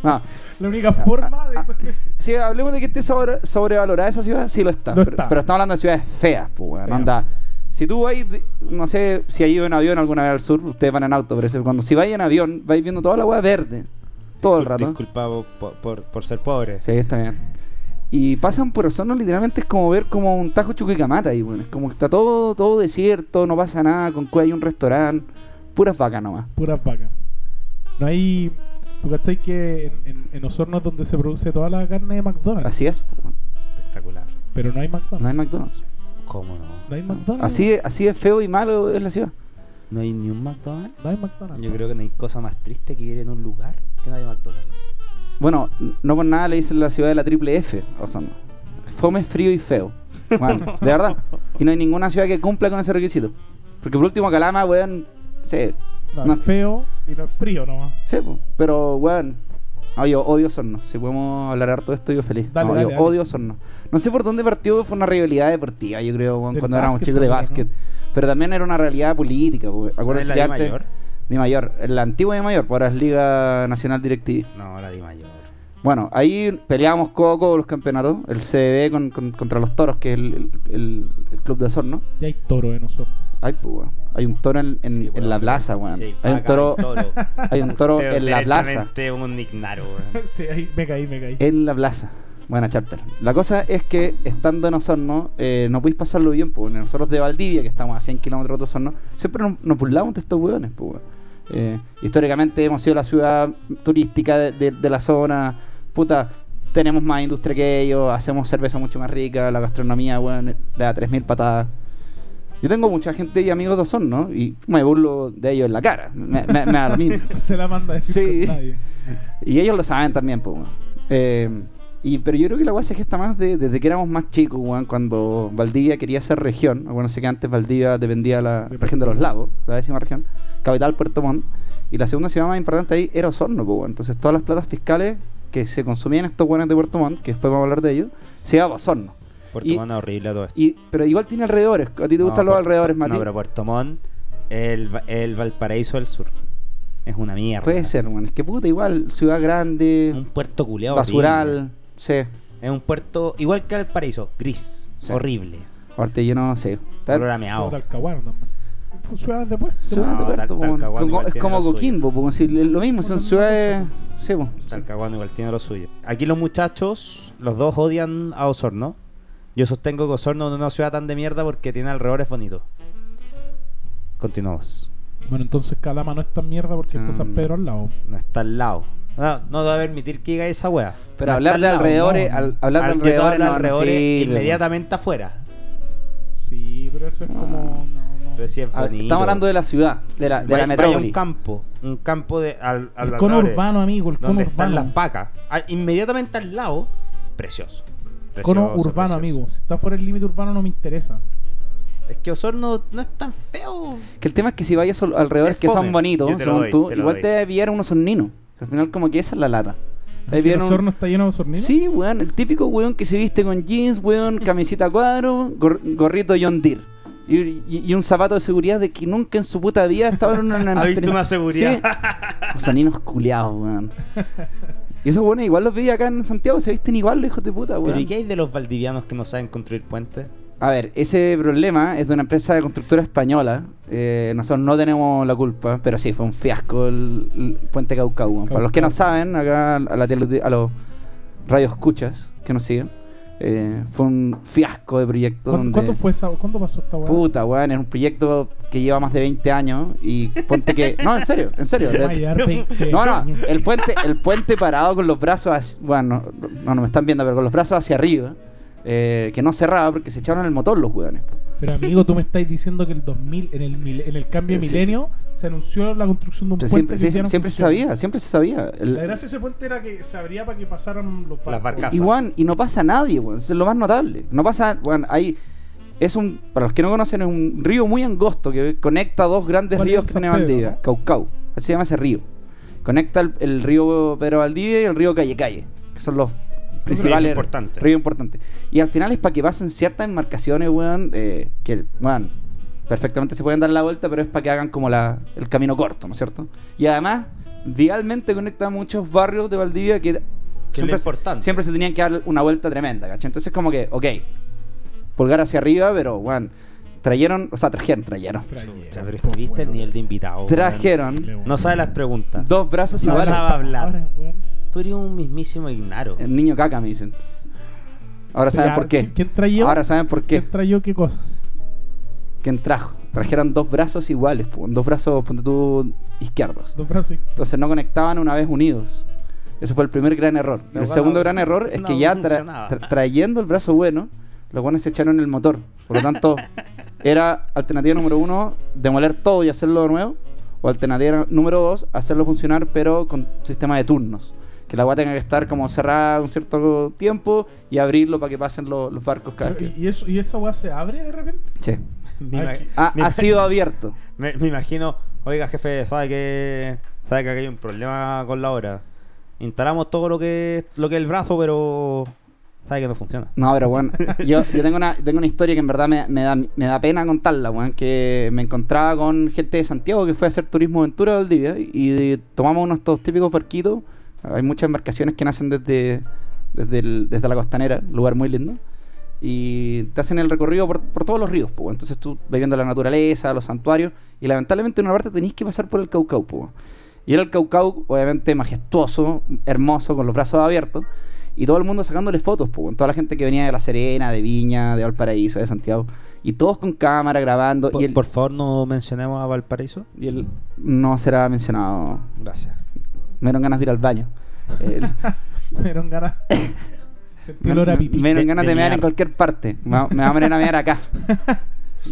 Speaker 4: No.
Speaker 1: La única forma de.
Speaker 4: Si hablemos de que esté sobre- sobrevalorada esa ciudad, sí lo está.
Speaker 1: Lo
Speaker 4: pero,
Speaker 1: está.
Speaker 4: pero estamos hablando de ciudades feas, pues, weón.
Speaker 1: Fea.
Speaker 4: Onda, Si tú vas, de- no sé si hay ido en avión alguna vez al sur, ustedes van en auto, pero eso- cuando si vais en avión, vais viendo toda la hueá verde. Todo el
Speaker 3: Discul-
Speaker 4: rato.
Speaker 3: Disculpa po- por, por- por ser pobre.
Speaker 4: Sí, está bien. Y pasan por Osorno, literalmente es como ver como un tajo chuquicamata ahí, bueno. Es como que está todo, todo desierto, no pasa nada, con cueva hay un restaurante, puras vacas nomás.
Speaker 1: Puras vacas. No hay. ¿Tú cachai que en, en, en Osorno es donde se produce toda la carne de McDonald's?
Speaker 4: Así es, po, weón.
Speaker 3: Espectacular.
Speaker 1: Pero no hay
Speaker 4: no hay
Speaker 1: McDonald's.
Speaker 4: McDonald's.
Speaker 3: ¿Cómo no?
Speaker 1: No hay McDonald's.
Speaker 4: Así, de- así de feo y malo es la ciudad.
Speaker 3: ¿No hay ni un McDonald's?
Speaker 1: No hay McDonald's.
Speaker 3: Yo creo que no hay cosa más triste que ir en un lugar que no haya McDonald's.
Speaker 4: Bueno, no por nada le dicen la ciudad de la triple F, Osorno. Fome, frío y feo. Bueno, de verdad. Y no hay ninguna ciudad que cumpla con ese requisito. Porque por último, Calama, weón, sí,
Speaker 1: No,
Speaker 4: No.
Speaker 1: es feo y no es frío nomás.
Speaker 4: Sí, po. pero weón. No, yo odio Sorno. Si podemos hablar harto de esto, yo feliz.
Speaker 1: Dale,
Speaker 4: No,
Speaker 1: dale,
Speaker 4: yo
Speaker 1: dale.
Speaker 4: odio Sorno. No sé por dónde partió, fue una rivalidad deportiva, yo creo, weón,
Speaker 1: Del
Speaker 4: cuando éramos
Speaker 1: básquet,
Speaker 4: chicos de
Speaker 1: ¿no?
Speaker 4: básquet. Pero también era una realidad política, po.
Speaker 3: ¿Cuál es
Speaker 4: Acuérdense
Speaker 3: la
Speaker 4: que
Speaker 3: Di
Speaker 4: antes.
Speaker 3: Mayor?
Speaker 4: Di Mayor, la antigua Di Mayor, pues ahora es Liga Nacional Directiva.
Speaker 3: No, la Di Mayor.
Speaker 4: Bueno, ahí peleábamos coco los campeonatos, el CDB con- con- contra los toros, que es el, el- el- el club de Sorno.
Speaker 1: Ya hay toro en Osorno.
Speaker 4: Ay, pues, weón. Hay un toro en, en-
Speaker 3: Sí,
Speaker 4: en
Speaker 3: weón,
Speaker 4: la plaza, weón.
Speaker 3: sí,
Speaker 4: hay un
Speaker 3: vaca,
Speaker 4: toro,
Speaker 3: toro.
Speaker 4: hay un toro
Speaker 3: Usted es
Speaker 4: en la plaza.
Speaker 3: derechamente un ignaro, weón.
Speaker 1: sí, ahí me caí, me caí.
Speaker 4: en la plaza. Buena charter. La cosa es que estando en Osorno, eh, no podéis pasarlo bien, porque nosotros de Valdivia, que estamos a 100 kilómetros de Osorno, siempre nos, nos burlamos de estos hueones, pues, weón. Eh, históricamente hemos sido la ciudad turística de, de- de la zona, puta, tenemos más industria que ellos, hacemos cerveza mucho más rica, la gastronomía, weón, le da 3.000 patadas. Yo tengo mucha gente y amigos de Osorno, y me burlo de ellos en la cara, me, me, me da lo mismo.
Speaker 1: Se la manda a decir
Speaker 4: Sí.
Speaker 1: con nadie.
Speaker 4: Y ellos lo saben también, pues, weón. Eh, y, pero yo creo que la weá se gesta más de- desde que éramos más chicos, weón, cuando Valdivia quería ser región. Acuérdense que antes Valdivia dependía de la
Speaker 1: De
Speaker 4: región de los lagos, la décima región, capital Puerto Montt. Y la segunda ciudad más importante ahí era Osorno, pues, weón. Entonces todas las platas fiscales que se consumían estos weones de Puerto Montt, que después vamos a hablar de ellos, se iba a Osorno.
Speaker 3: Puerto
Speaker 4: Y-
Speaker 3: Montt es horrible todo esto.
Speaker 4: Y, pero igual tiene alrededores. ¿A ti te
Speaker 3: No,
Speaker 4: gustan los
Speaker 3: Puerto-
Speaker 4: alrededores, Mati?
Speaker 3: No, pero Puerto Montt, el, va- el Valparaíso del Sur. Es una mierda.
Speaker 4: Puede ser, weón. Es que puta, igual, ciudad grande,
Speaker 3: Un puerto culeado.
Speaker 4: basural, sí.
Speaker 3: Es un puerto igual que Valparaíso, gris,
Speaker 4: Sí.
Speaker 3: horrible.
Speaker 4: Aparte, yo no sé. Está-
Speaker 3: Olor a meao.
Speaker 1: Puta, Alcahuano también. Pues, ciudades de puerto.
Speaker 4: Ciudades de
Speaker 3: No,
Speaker 4: puerto,
Speaker 3: Ah, Tal-
Speaker 4: po,
Speaker 3: Talcahuano
Speaker 4: como-
Speaker 3: igual
Speaker 4: es
Speaker 3: tiene
Speaker 4: como
Speaker 3: lo suyo.
Speaker 4: Coquimbo, po, si es lo mismo, son
Speaker 1: Bueno,
Speaker 4: ciudades. Sí, po, sí.
Speaker 3: Talcahuano igual tiene lo suyo. Aquí los muchachos, los dos odian a Osorno. Yo sostengo que Osorno no es una ciudad tan de mierda porque tiene alrededores bonitos. Continuamos.
Speaker 1: Bueno, entonces Calama no es tan mierda porque está San
Speaker 4: Mm.
Speaker 1: Pedro al lado.
Speaker 3: No está al lado. No, no debo permitir que diga esa wea.
Speaker 4: Pero
Speaker 3: No
Speaker 4: hablar
Speaker 3: está
Speaker 4: de
Speaker 3: al lado,
Speaker 4: alrededores,
Speaker 1: no.
Speaker 4: al- hablar de
Speaker 3: Al- yo te hablo
Speaker 4: alrededores, no, no
Speaker 3: alrededores
Speaker 4: sirve, po.
Speaker 3: inmediatamente afuera.
Speaker 1: Sí, pero eso
Speaker 4: Ah.
Speaker 1: es como. No, no.
Speaker 3: Pero sí es
Speaker 4: A ver,
Speaker 3: bonito.
Speaker 4: Estamos hablando de la ciudad, de la, de la
Speaker 3: Vaya- vaya un
Speaker 4: metrópoli.
Speaker 3: campo. Un campo de. Al, al
Speaker 1: el cono
Speaker 3: alrededores,
Speaker 1: urbano, amigo, el cono
Speaker 3: Donde están
Speaker 1: urbano.
Speaker 3: las vacas. Ah, Inmediatamente al lado, precioso.
Speaker 1: cono
Speaker 3: Precioso,
Speaker 1: urbano,
Speaker 3: precioso.
Speaker 1: amigo. Si está fuera del límite urbano no me interesa.
Speaker 3: Es que Osorno no es tan feo.
Speaker 4: Que el tema es que si vayas a alrededores
Speaker 3: Es
Speaker 4: que son
Speaker 3: fome.
Speaker 4: bonitos,
Speaker 3: Yo te lo
Speaker 4: según
Speaker 3: doy,
Speaker 4: tú,
Speaker 3: te lo
Speaker 4: igual
Speaker 3: doy.
Speaker 4: te debe pillar unos sorninos. Al final, como que esa es la lata. Te debe
Speaker 1: ¿Que
Speaker 4: pillar
Speaker 1: el
Speaker 4: un-
Speaker 1: Osorno está lleno de sorninos?
Speaker 4: Sí, weón, el típico weón que se viste con jeans, weón, camisita a cuadro, gor- gorrito John Deere. Y, y- y un zapato de seguridad de que nunca en su puta vida estaba en una...
Speaker 3: Ha visto una seguridad.
Speaker 4: Sí. O sea, ninos culiados, weón. Y esos weones igual los veía acá en Santiago, se visten igual los hijos de puta, weón.
Speaker 3: Pero ¿y qué hay de los valdivianos que no saben construir puentes?
Speaker 4: A ver, ese problema es de una empresa de constructora española. Eh, nosotros no tenemos la culpa, pero sí, fue un fiasco el, el puente Caucau. weón. Para los que no
Speaker 1: Caucau.
Speaker 4: saben, acá a, la tele- a los radios escuchas que nos siguen, eh, fue un fiasco de proyecto.
Speaker 1: ¿Cuándo,
Speaker 4: donde,
Speaker 1: cuándo fue esa, ¿Cuándo pasó esta weá?
Speaker 4: Puta, weón, es un proyecto que lleva más de 20 años y ponte que... No, en serio, en serio.
Speaker 1: Va a
Speaker 4: de-
Speaker 1: llevar 20
Speaker 4: no, eh. no,
Speaker 1: años.
Speaker 4: el puente, el puente parado con los brazos, hacia- bueno, no, no me están viendo, pero con los brazos hacia arriba, eh, que no cerraba porque se echaron el motor los hueones. po.
Speaker 1: Pero amigo, tú me estás diciendo que el 2000, en el, mil- en el cambio de
Speaker 4: Eh, Sí.
Speaker 1: milenio, se anunció la construcción de un
Speaker 4: Pero
Speaker 1: puente.
Speaker 4: siempre
Speaker 1: que
Speaker 4: sí,
Speaker 1: ya
Speaker 4: siempre,
Speaker 1: no
Speaker 4: se
Speaker 1: funciona.
Speaker 4: sabía, siempre se sabía. El-
Speaker 1: La gracia de ese puente era que se abría para que pasaran los barcos.
Speaker 3: Las barcazas.
Speaker 4: y, weón, y no pasa nadie, weón, eso es lo más notable. No pasa, weón, hay... Es un, para los que no conocen, es un río muy angosto que conecta dos grandes
Speaker 1: ¿Cuál es
Speaker 4: ríos
Speaker 1: el
Speaker 4: que
Speaker 1: San
Speaker 4: tiene Valdivia,
Speaker 1: Pedro?
Speaker 4: Caucau, así se llama ese río. Conecta el, el río Pedro Valdivia y el río Calle Calle, que son los principales
Speaker 3: Río importante.
Speaker 4: río importante. Y al final es para que pasen ciertas embarcaciones, weón, eh, que, weón, perfectamente se pueden dar la vuelta, pero es para que hagan como la, el camino corto, ¿no es cierto? Y además, vialmente conecta muchos barrios de Valdivia que,
Speaker 3: Que es lo
Speaker 4: se-
Speaker 3: importante.
Speaker 4: siempre se tenían que dar una vuelta tremenda, ¿cachai? Entonces como que, ok, pulgar hacia arriba, pero, weón, trajeron, o sea, trajeron, trajeron.
Speaker 3: O sea, pero es que viste el nivel de invitado.
Speaker 4: Trajeron
Speaker 3: weón. No sabe las preguntas.
Speaker 4: dos brazos
Speaker 3: No
Speaker 4: iguales.
Speaker 3: sabe hablar. Tú eres un mismísimo ignaro.
Speaker 4: El niño caca, me dicen. Ahora saben por qué.
Speaker 1: ¿Quién trayó?
Speaker 4: Ahora saben por qué.
Speaker 1: ¿Quién trayó qué cosa?
Speaker 4: ¿Quién trajo? Trajeron dos brazos iguales, po, dos brazos, ponte tú, izquierdos.
Speaker 1: Dos brazos.
Speaker 4: Entonces no conectaban una vez unidos. Ese fue el primer gran error.
Speaker 3: No,
Speaker 4: el
Speaker 3: bueno,
Speaker 4: segundo gran error es
Speaker 3: no
Speaker 4: que ya tra-
Speaker 3: funcionaba.
Speaker 4: tra- trayendo el brazo bueno, los buenos se echaron el motor. Por lo tanto, era alternativa número uno, demoler todo y hacerlo de nuevo. O alternativa número dos, hacerlo funcionar pero con sistema de turnos. Que la agua tenga que estar como cerrada un cierto tiempo y abrirlo para que pasen lo- los barcos cada vez
Speaker 1: ¿Y,
Speaker 4: que...
Speaker 1: y eso, ¿Y esa weá se abre de repente?
Speaker 4: Sí.
Speaker 3: Me,
Speaker 1: Ay,
Speaker 3: ima-
Speaker 4: Ah, Ha,
Speaker 3: me
Speaker 4: ha
Speaker 3: ima-
Speaker 4: sido abierto.
Speaker 3: me- me imagino, oiga jefe, sabe que sabe que aquí hay un problema con la hora. Instalamos todo lo que lo que es el brazo, pero sabe que no funciona.
Speaker 4: No, pero bueno, yo, yo tengo, una, tengo una historia que en verdad me, me da, me da pena contarla, weón, que me encontraba con gente de Santiago que fue a hacer turismo aventura del día y, tomamos unos estos típicos barquitos. Hay muchas embarcaciones que nacen desde, desde, el- desde la costanera, lugar muy lindo. Y te hacen el recorrido por, por todos los ríos, pues. Entonces tú vas viendo la naturaleza, los santuarios, y lamentablemente en una parte tenés que pasar por el Caucau, pues. weón. Y era el Caucau, obviamente majestuoso, hermoso, con los brazos abiertos. Y todo el mundo sacándole fotos, pues, con toda la gente que venía de La Serena, de Viña, de Valparaíso, de Santiago. Y todos con cámara grabando.
Speaker 3: Por,
Speaker 4: y el,
Speaker 3: por favor, no mencionemos a Valparaíso.
Speaker 4: y el- no será mencionado.
Speaker 3: Gracias.
Speaker 4: Me dieron ganas de ir al baño. El-
Speaker 1: Me dieron ganas. Sentí
Speaker 4: me,
Speaker 1: olor a
Speaker 4: me-
Speaker 1: pipí.
Speaker 4: me dieron
Speaker 3: De-
Speaker 4: ganas de,
Speaker 3: de
Speaker 4: mear en
Speaker 3: mear.
Speaker 4: cualquier parte. Me, va- me va a poner a mear acá.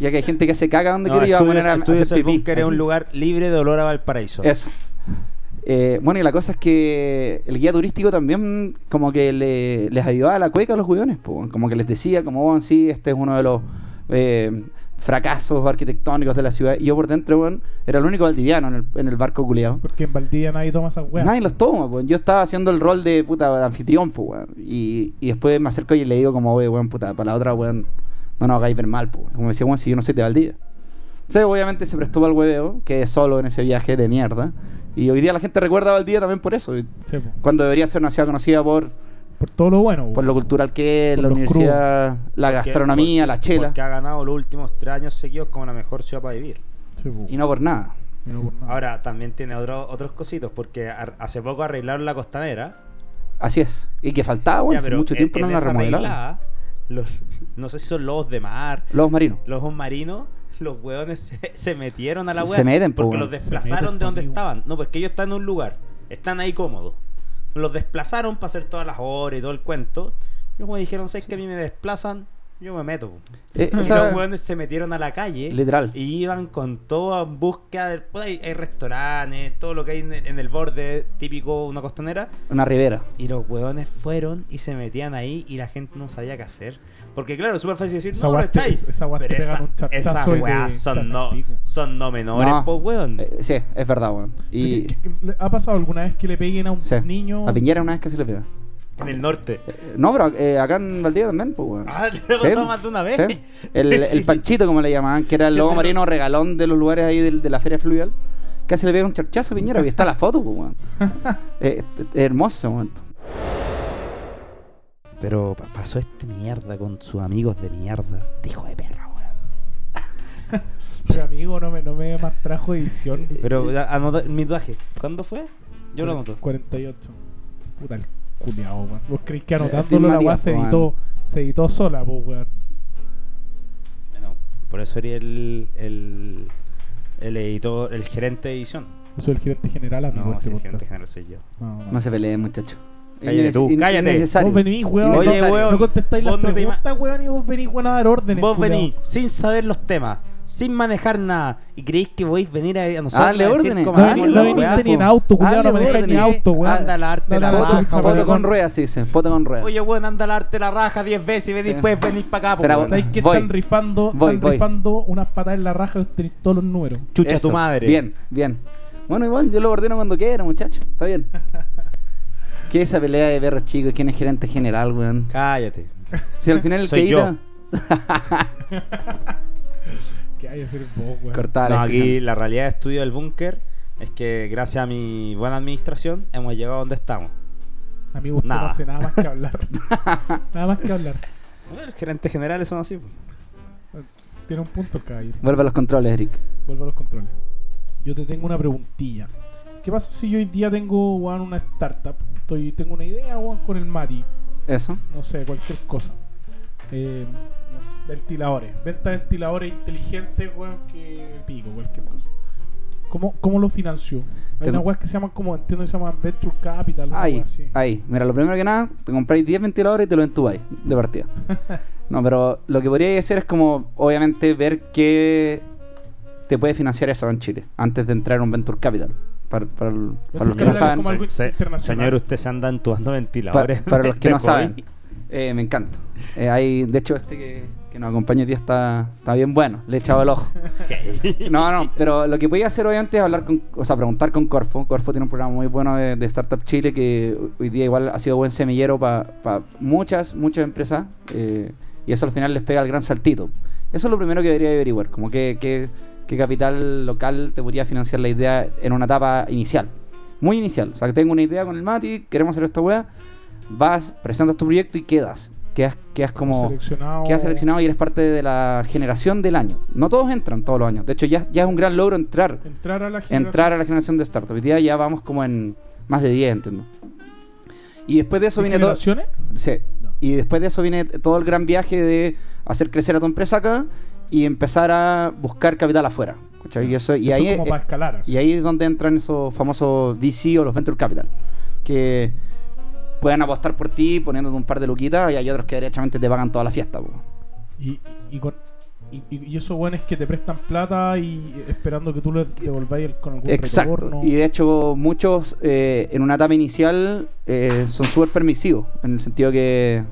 Speaker 4: ya que hay gente que se caga donde
Speaker 3: No,
Speaker 4: quiere y va a
Speaker 3: estudios,
Speaker 4: poner a, a
Speaker 3: Estudios
Speaker 4: hacer
Speaker 3: El
Speaker 4: pipí.
Speaker 3: Búnker es un
Speaker 4: Aquí.
Speaker 3: lugar libre de olor a Valparaíso.
Speaker 4: Eso. Eh, bueno, y la cosa es que el guía turístico también como que le- les ayudaba la cueca a los hueones, po, weón. como que les decía, como, bueno, sí, este es uno de los eh, fracasos arquitectónicos de la ciudad. Y yo por dentro, weón, era el único valdiviano en el, en el barco culeado.
Speaker 1: Porque en Valdivia nadie toma esas weas.
Speaker 4: Nadie los toma, weón. Yo estaba haciendo el rol de puta de anfitrión, po, weón. Y, y después me acerco y le digo como, oye, weón, puta, para la otra, weón, no nos hagáis ver mal, po. Como decía, weón, si yo no soy de Valdivia. Entonces, obviamente se prestó para el hueveo, quedé solo en ese viaje de mierda. Y hoy día la gente recuerda a Valdivia también por eso.
Speaker 1: Sí, po.
Speaker 4: Cuando debería ser una ciudad conocida por,
Speaker 1: Por todo lo bueno. po.
Speaker 4: por lo cultural que es,
Speaker 1: Por
Speaker 4: la
Speaker 1: los
Speaker 4: universidad, la
Speaker 3: Porque-
Speaker 4: gastronomía,
Speaker 3: porque-
Speaker 4: la chela.
Speaker 3: Porque ha ganado los últimos tres años seguidos como la mejor ciudad para vivir.
Speaker 1: Sí, po.
Speaker 4: Y no por nada.
Speaker 1: Y no por nada.
Speaker 3: Ahora, también tiene otro- otros cositos, porque ar- hace poco arreglaron la costanera.
Speaker 4: Así es. Y que faltaba, Ah, bueno,
Speaker 3: Ya,
Speaker 4: hace
Speaker 3: pero
Speaker 4: mucho
Speaker 3: en-
Speaker 4: tiempo no
Speaker 3: en
Speaker 4: la
Speaker 3: esa
Speaker 4: remodelaron.
Speaker 3: arreglada, los- no sé si son lobos de mar,
Speaker 4: Los marinos.
Speaker 3: lobos marinos, los hueones se, se metieron a la
Speaker 4: Se-
Speaker 3: hueá.
Speaker 4: se meten, po,
Speaker 3: Porque
Speaker 4: weón.
Speaker 3: los
Speaker 1: Se
Speaker 3: desplazaron
Speaker 1: meten,
Speaker 3: de donde
Speaker 1: amigo.
Speaker 3: estaban. No, pues que ellos están en un lugar, están ahí cómodos. Los desplazaron para hacer todas las horas y todo el cuento. Y los hueones dijeron, ¿sabes que a mí me desplazan? Yo me meto. po".
Speaker 4: Eh,
Speaker 3: Y
Speaker 4: esa-
Speaker 3: los hueones se metieron a la calle.
Speaker 4: Literal.
Speaker 3: Y iban con todo en busca de... pues, hay, hay restaurantes, todo lo que hay en, en el borde típico, una costanera.
Speaker 4: Una ribera.
Speaker 3: Y los hueones fueron y se metían ahí y la gente no sabía qué hacer. Porque claro, es súper fácil decir,
Speaker 1: Esa
Speaker 3: no, no
Speaker 1: guas te-
Speaker 3: echáis.
Speaker 1: esa guas
Speaker 3: Pero
Speaker 1: te pegan
Speaker 3: esa-
Speaker 1: un charchazo
Speaker 3: esas
Speaker 1: y te-
Speaker 3: weas
Speaker 1: te
Speaker 3: son
Speaker 1: hacen
Speaker 3: no,
Speaker 1: pico.
Speaker 3: son no menores,
Speaker 4: No.
Speaker 3: pues weón.
Speaker 4: Eh, sí, es verdad, weón. Y.
Speaker 1: ¿Qué- qué- le- ¿Ha pasado alguna vez que le peguen a un
Speaker 4: sí.
Speaker 1: niño?
Speaker 4: A Piñera una vez casi le pega.
Speaker 3: En el norte.
Speaker 4: Eh, No, pero eh, acá en Valdivia también, pues, weón.
Speaker 3: Ah, le ha
Speaker 4: Sí,
Speaker 3: pasado más de una vez.
Speaker 4: sí. El, el panchito, como le llamaban, que era el
Speaker 3: Que
Speaker 4: lobo
Speaker 3: se lo-
Speaker 4: marino regalón de los lugares ahí del- de, la feria fluvial. Casi le pega un charchazo a Piñera, y está la foto, pues, weón. Eh, es- es hermoso ese momento.
Speaker 3: Pero pa- pasó este mierda con sus amigos de mierda. de Hijo de perra, weón.
Speaker 1: Eh, Pero, amigo, no me, no me más trajo edición.
Speaker 3: Pero
Speaker 1: eh.
Speaker 3: a- anota mi tatuaje. ¿Cuándo fue? Yo lo anoto.
Speaker 1: 48. Puta el culiao, weón. ¿Vos creéis que
Speaker 4: Team
Speaker 1: anotándolo la weá
Speaker 4: Eh, Matías,
Speaker 1: se
Speaker 4: weón.
Speaker 1: editó, se editó sola, po, weón?
Speaker 3: Bueno, por eso era el, el, el editor, el gerente de edición.
Speaker 1: Yo soy el gerente general, amigo.
Speaker 3: No,
Speaker 1: de este
Speaker 3: si el gerente
Speaker 1: podcast.
Speaker 3: general soy yo.
Speaker 1: No, no.
Speaker 4: No se peleen, muchachos.
Speaker 3: Cállate tú, cállate.
Speaker 1: Vos venís, weón.
Speaker 4: Oye,
Speaker 1: no-
Speaker 3: weón,
Speaker 1: No contestáis las
Speaker 3: vos no te ima-
Speaker 1: preguntas, weón, y vos venís, weón, a dar órdenes.
Speaker 3: Vos
Speaker 1: culiao.
Speaker 3: venís sin saber los temas, sin manejar nada, y creéis que podéis venir a, a nosotros
Speaker 4: Dale
Speaker 3: a decir
Speaker 4: órdenes,
Speaker 3: cómo
Speaker 1: No,
Speaker 4: dale
Speaker 3: hacemos
Speaker 1: venís- no
Speaker 3: la
Speaker 4: órdenes.
Speaker 3: weá,
Speaker 1: veniste ni
Speaker 3: po.
Speaker 1: en auto, culiao.
Speaker 4: Dale
Speaker 1: No manejáis ni
Speaker 4: órdenes.
Speaker 1: auto, weón.
Speaker 3: Anda a lavarte
Speaker 1: No,
Speaker 3: la
Speaker 1: no,
Speaker 3: raja,
Speaker 1: chucha,
Speaker 3: weón.
Speaker 1: weón.
Speaker 4: Foto Ah, con ruedas, sí, sí. Foto con ruedas.
Speaker 3: Oye, weón, anda a lavarte la raja 10 veces y venís,
Speaker 4: Sí.
Speaker 3: pues venís para acá, po,
Speaker 4: Pero
Speaker 3: weón.
Speaker 1: ¿Sabéis que
Speaker 4: Voy.
Speaker 1: están rifando,
Speaker 4: Voy,
Speaker 1: están
Speaker 4: voy.
Speaker 1: rifando unas patas en la raja de todos los números?
Speaker 3: Chucha
Speaker 4: Eso,
Speaker 3: tu madre.
Speaker 4: Bien, bien. Bueno, igual yo lo ordeno cuando quiera, muchacho. Está bien. ¿Qué es esa pelea de perros chicos? ¿Quién es gerente general, weón?
Speaker 3: Cállate.
Speaker 4: Si al final el
Speaker 3: Soy
Speaker 4: que
Speaker 3: yo.
Speaker 4: edita-
Speaker 1: ¿Qué hay que hacer vos, weón?
Speaker 4: Cortar.
Speaker 3: No,
Speaker 4: es que
Speaker 3: aquí
Speaker 4: se-
Speaker 3: la realidad de estudio del búnker es que gracias a mi buena administración hemos llegado a donde estamos.
Speaker 1: Amigo, usted
Speaker 3: Nada.
Speaker 1: no hace nada más que hablar. nada más que hablar.
Speaker 3: Bueno, Los gerentes generales son así. po.
Speaker 1: Tiene un punto el caballero.
Speaker 4: Vuelve a los controles, Eric.
Speaker 1: Vuelvo a los controles. Yo te tengo una preguntilla. ¿Qué pasa si yo hoy día tengo weón, una startup? Estoy, tengo una idea weón, con el Mati.
Speaker 4: Eso.
Speaker 1: No sé, cualquier cosa. Eh, no sé, ventiladores. Venta de ventiladores inteligentes, weón, que pico, cualquier cosa. ¿Cómo, cómo lo financió? Hay
Speaker 4: Te-
Speaker 1: unas weas que se llaman como, entiendo, que se llaman Venture Capital. una
Speaker 4: Ahí,
Speaker 1: wea así.
Speaker 4: ahí. Mira, lo primero que nada, te compráis 10 ventiladores y te los entubáis de partida. No, pero lo que podríais hacer es como, obviamente, ver qué te puede financiar eso en Chile antes de entrar en un Venture Capital. Para, para- para los que no
Speaker 1: Capital es
Speaker 4: saben.
Speaker 1: como algo
Speaker 3: Se-
Speaker 1: internacional.
Speaker 3: señor, usted se anda entubando
Speaker 4: Pa-
Speaker 3: ventiladores.
Speaker 4: Para,
Speaker 3: de-
Speaker 4: los que
Speaker 3: de
Speaker 4: no saben,
Speaker 3: COVID.
Speaker 4: eh, me encanta. Eh, hay, de hecho, este que, que nos acompaña hoy día está, está bien bueno. Le he echado el ojo. No, no, pero lo que podía hacer hoy antes es hablar con, o sea, preguntar con Corfo. Corfo tiene un programa muy bueno de, de Startup Chile que hoy día igual ha sido buen semillero para muchas, muchas empresas. eh, y eso al final les pega el gran saltito. Eso es lo primero que debería averiguar, como que, que- qué capital local te podría financiar la idea en una etapa inicial. Muy inicial. O sea, que tengo una idea con el Mati, queremos hacer esta wea, vas, presentas tu proyecto y quedas. Quedas, quedas como
Speaker 1: seleccionado.
Speaker 4: que has seleccionado y eres parte de la generación del año. No todos entran todos los años. De hecho, ya, ya es un gran logro entrar,
Speaker 1: Entrar a la generación.
Speaker 4: entrar a la generación de startups. Hoy día ya vamos como en más de 10, entiendo. Y después de eso
Speaker 1: ¿De
Speaker 4: viene todo.
Speaker 1: generaciones?
Speaker 4: Sí.
Speaker 1: No.
Speaker 4: Y después de eso viene todo el gran viaje de hacer crecer a tu empresa acá y empezar a buscar capital afuera. ¿cachai? Y, eso, y
Speaker 1: Eso
Speaker 4: ahí
Speaker 1: es como
Speaker 4: eh,
Speaker 1: para escalar. así.
Speaker 4: y ahí es donde entran esos famosos VC o los Venture Capital, que pueden apostar por ti poniéndote un par de luquitas y hay otros que derechamente te pagan toda la fiesta. po.
Speaker 1: Y, y, con- y, y- y esos weones que te prestan plata y esperando que tú les devolváis el, con algún
Speaker 4: Exacto.
Speaker 1: retorno.
Speaker 4: Y de hecho muchos eh, en una etapa inicial eh, son súper permisivos, en el sentido que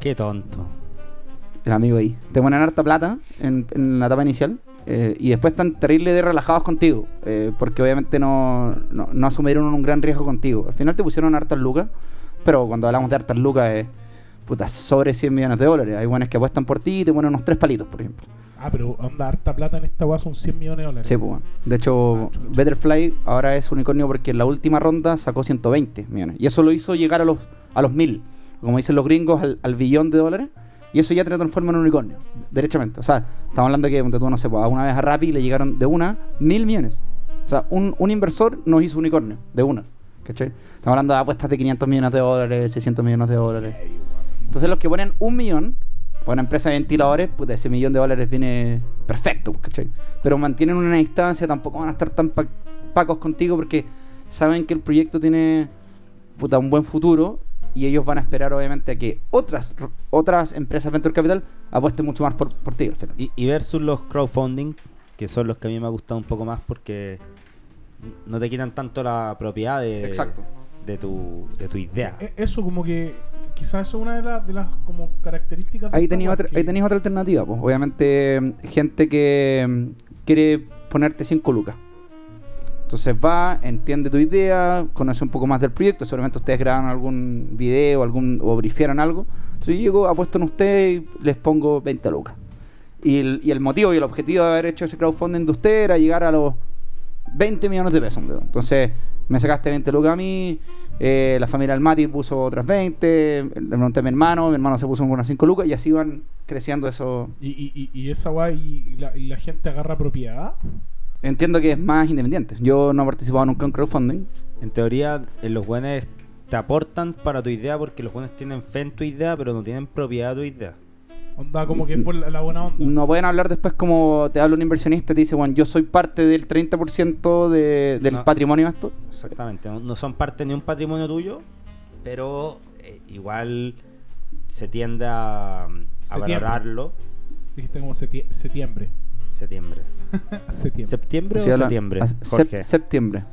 Speaker 3: Qué tonto.
Speaker 4: el amigo ahí. Te ponen harta plata en, en la etapa inicial eh, y después están terrible de relajados contigo, eh, porque obviamente no, no, no asumieron un gran riesgo contigo. Al final te pusieron hartas lucas, pero cuando hablamos de hartas lucas es puta, sobre 100 millones de dólares. Hay buenas que apuestan por ti y te ponen unos tres palitos, por ejemplo.
Speaker 1: Ah, pero onda, harta plata en esta weá son 100 millones de dólares.
Speaker 4: Sí, pues, bueno. De hecho, Betterfly ahora es unicornio porque en la última ronda sacó 120 millones. Y eso lo hizo llegar a los, a los mil. Como dicen los gringos, al, al billón de dólares. Y eso ya te transforma en un unicornio, derechamente. O sea, estamos hablando que, ponte tú, no sé, pues, una vez a Rappi le llegaron de una mil millones. O sea, un, un inversor nos hizo unicornio, de una. ¿Cachai? Estamos hablando de apuestas de 500 millones de dólares, 600 millones de dólares. Entonces los que ponen un millón para una empresa de ventiladores, puta, ese millón de dólares viene perfecto, ¿cachai? Pero mantienen una distancia, tampoco van a estar tan pa- pacos contigo porque saben que el proyecto tiene puta, un buen futuro y ellos van a esperar obviamente a que otras r- otras empresas Venture Capital apuesten mucho más por, por ti al final.
Speaker 3: Y, y versus los crowdfunding, que son los que a mí me ha gustado un poco más porque no te quitan tanto la propiedad de,
Speaker 4: Exacto.
Speaker 3: de, tu, de tu idea.
Speaker 1: E- Eso como que quizás eso es una de las, de las como características. de
Speaker 4: Ahí
Speaker 1: esta
Speaker 4: tenéis
Speaker 1: web
Speaker 4: otra,
Speaker 1: que-
Speaker 4: ahí tenéis otra alternativa, pues. Obviamente, mm, gente que mm, quiere ponerte 5 lucas. Entonces va, entiende tu idea, conoce un poco más del proyecto. Seguramente ustedes graban algún video algún, o brifiaron algo. Entonces yo llego, apuesto en ustedes y les pongo 20 lucas. Y el, y el motivo y el objetivo de haber hecho ese crowdfunding de usted era llegar a los 20 millones de pesos. weón. Entonces, me sacaste 20 lucas a mí, eh, la familia del Mati puso otras 20, le pregunté a mi hermano, mi hermano se puso unas 5 lucas y así van creciendo eso.
Speaker 1: Y, y, y, y esa guay y la, y la gente agarra propiedad.
Speaker 4: Entiendo que es más independiente. Yo no he participado nunca en crowdfunding.
Speaker 3: En teoría, eh, los buenos te aportan para tu idea porque los buenos tienen fe en tu idea, pero no tienen propiedad de tu idea.
Speaker 1: Onda como que fue la, la buena onda.
Speaker 4: Mm, No pueden hablar después como te habla un inversionista y te dice, bueno, yo soy parte del 30% de- del
Speaker 3: No.
Speaker 4: patrimonio de esto.
Speaker 3: Exactamente, no, no son parte ni un patrimonio tuyo, pero eh, igual se tiende a, a
Speaker 1: Septiembre.
Speaker 3: valorarlo.
Speaker 1: Dijiste como septi- septiembre.
Speaker 3: Septiembre.
Speaker 1: Septiembre.
Speaker 3: ¿Septiembre
Speaker 4: Así
Speaker 3: o
Speaker 4: hablan-
Speaker 3: septiembre?
Speaker 4: as- sep-
Speaker 3: Jorge.
Speaker 4: septiembre.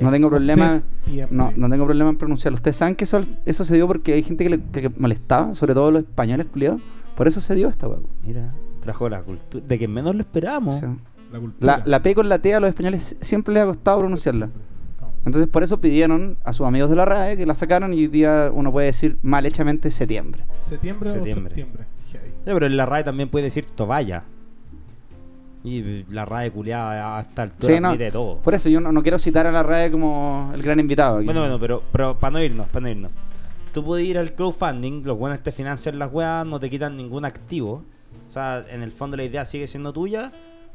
Speaker 4: No tengo problema.
Speaker 1: Septiembre.
Speaker 4: No, no tengo problema en pronunciarlo. Ustedes saben que eso, eso se dio porque hay gente que le que molestaba, sobre todo los españoles, culiados. Por eso se dio esta hueá.
Speaker 3: Mira, trajo la cultura. De que menos lo esperamos.
Speaker 1: La cultura.
Speaker 4: la, la P con la T a los españoles siempre les ha costado pronunciarla.
Speaker 1: Septiembre.
Speaker 4: Entonces por eso pidieron a sus amigos de la RAE que la sacaran y hoy día uno puede decir mal hechamente septiembre.
Speaker 1: ¿Septiembre,
Speaker 3: Septiembre.
Speaker 1: o septiembre? Heavy.
Speaker 3: Ya, pero en la RAE también puede decir toballa. Y la RAE culiada hasta el
Speaker 4: Sí, no,
Speaker 3: de todo.
Speaker 4: Por eso yo no, no quiero citar a la RAE como el gran invitado. aquí.
Speaker 3: Bueno, bueno, pero, pero para no irnos, para no irnos. Tú puedes ir al crowdfunding, los buenos te financian las weas, no te quitan ningún activo. O sea, en el fondo la idea sigue siendo tuya,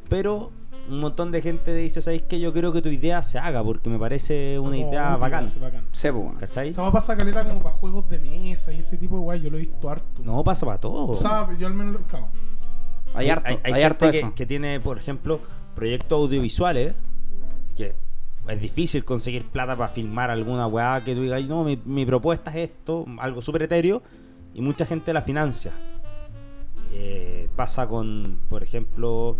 Speaker 3: pero un montón de gente te dice, ¿sabes qué? Yo quiero que tu idea se haga porque me parece una
Speaker 1: Como
Speaker 3: idea bacán.
Speaker 1: sí, bacán.
Speaker 4: Sí, pues, bueno.
Speaker 3: ¿Cachai?
Speaker 1: Esa va a pasar caleta como para juegos de mesa y ese tipo de guay. Yo lo he visto harto.
Speaker 3: No, pasa para todo.
Speaker 1: O sea, yo al menos lo claro.
Speaker 4: hay harto, hay,
Speaker 3: gente
Speaker 4: harto
Speaker 3: que,
Speaker 4: eso.
Speaker 3: que tiene, por ejemplo, proyectos audiovisuales que es difícil conseguir plata para filmar alguna weá que tú digas, no, mi, mi propuesta es esto, algo súper etéreo, y mucha gente la financia. Eh, pasa con, por ejemplo,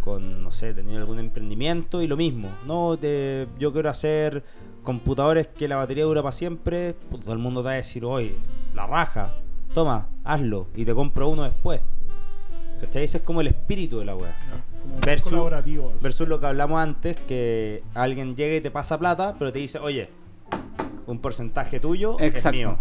Speaker 3: con, no sé, tener algún emprendimiento y lo mismo. No, te- yo quiero hacer computadores que la batería dura para siempre. Puta, Todo el mundo te va a decir, oye, la raja, toma, hazlo y te compro uno después. ¿Cachai? Ese es como el espíritu de la wea.
Speaker 1: Como
Speaker 3: Versus-
Speaker 1: colaborativo.
Speaker 3: Versus lo que hablamos antes, que alguien llega y te pasa plata, pero te dice, oye, un porcentaje tuyo
Speaker 4: Exacto.
Speaker 3: es mío.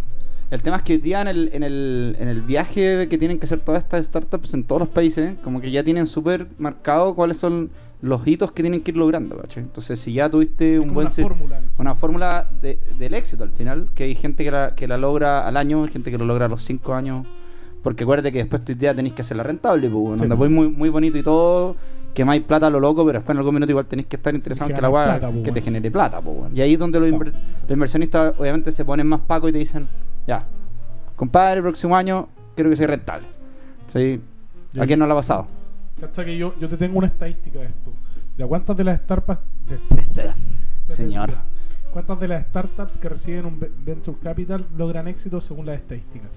Speaker 4: El tema es que hoy día en el, en, el, en el viaje que tienen que hacer todas estas startups en todos los países, como que ya tienen súper marcado cuáles son los hitos que tienen que ir logrando, ¿cachai? Entonces, si ya tuviste
Speaker 1: Es
Speaker 4: un
Speaker 1: como
Speaker 4: buen...
Speaker 1: una
Speaker 4: se-
Speaker 1: fórmula. en el
Speaker 4: una fórmula de- del éxito al final, que hay gente que la, que la logra al año, hay gente que lo logra a los 5 años, porque acuérdate que después tu idea tenéis que hacerla rentable, pues, bueno,
Speaker 1: Sí.
Speaker 4: onda, pues, muy, muy bonito y todo, quemáis plata a lo loco, pero después en algún minuto igual tenéis que estar interesado en que la
Speaker 1: Generar
Speaker 4: weá-
Speaker 1: plata, pues,
Speaker 4: que te
Speaker 1: bueno.
Speaker 4: genere plata, pues, bueno. y ahí es donde los, inver- los inversionistas obviamente se ponen más pacos y te dicen, ya, compadre, el próximo año quiero que sea rentable. ¿Sí?
Speaker 1: Yo-
Speaker 4: ¿A quién no lo ha pasado?
Speaker 1: Cacha que yo, yo te tengo una estadística de esto. ¿Ya cuántas de las startups de-
Speaker 4: Señor.
Speaker 1: cuántas de las startups que reciben un ve- venture capital logran éxito según las estadísticas?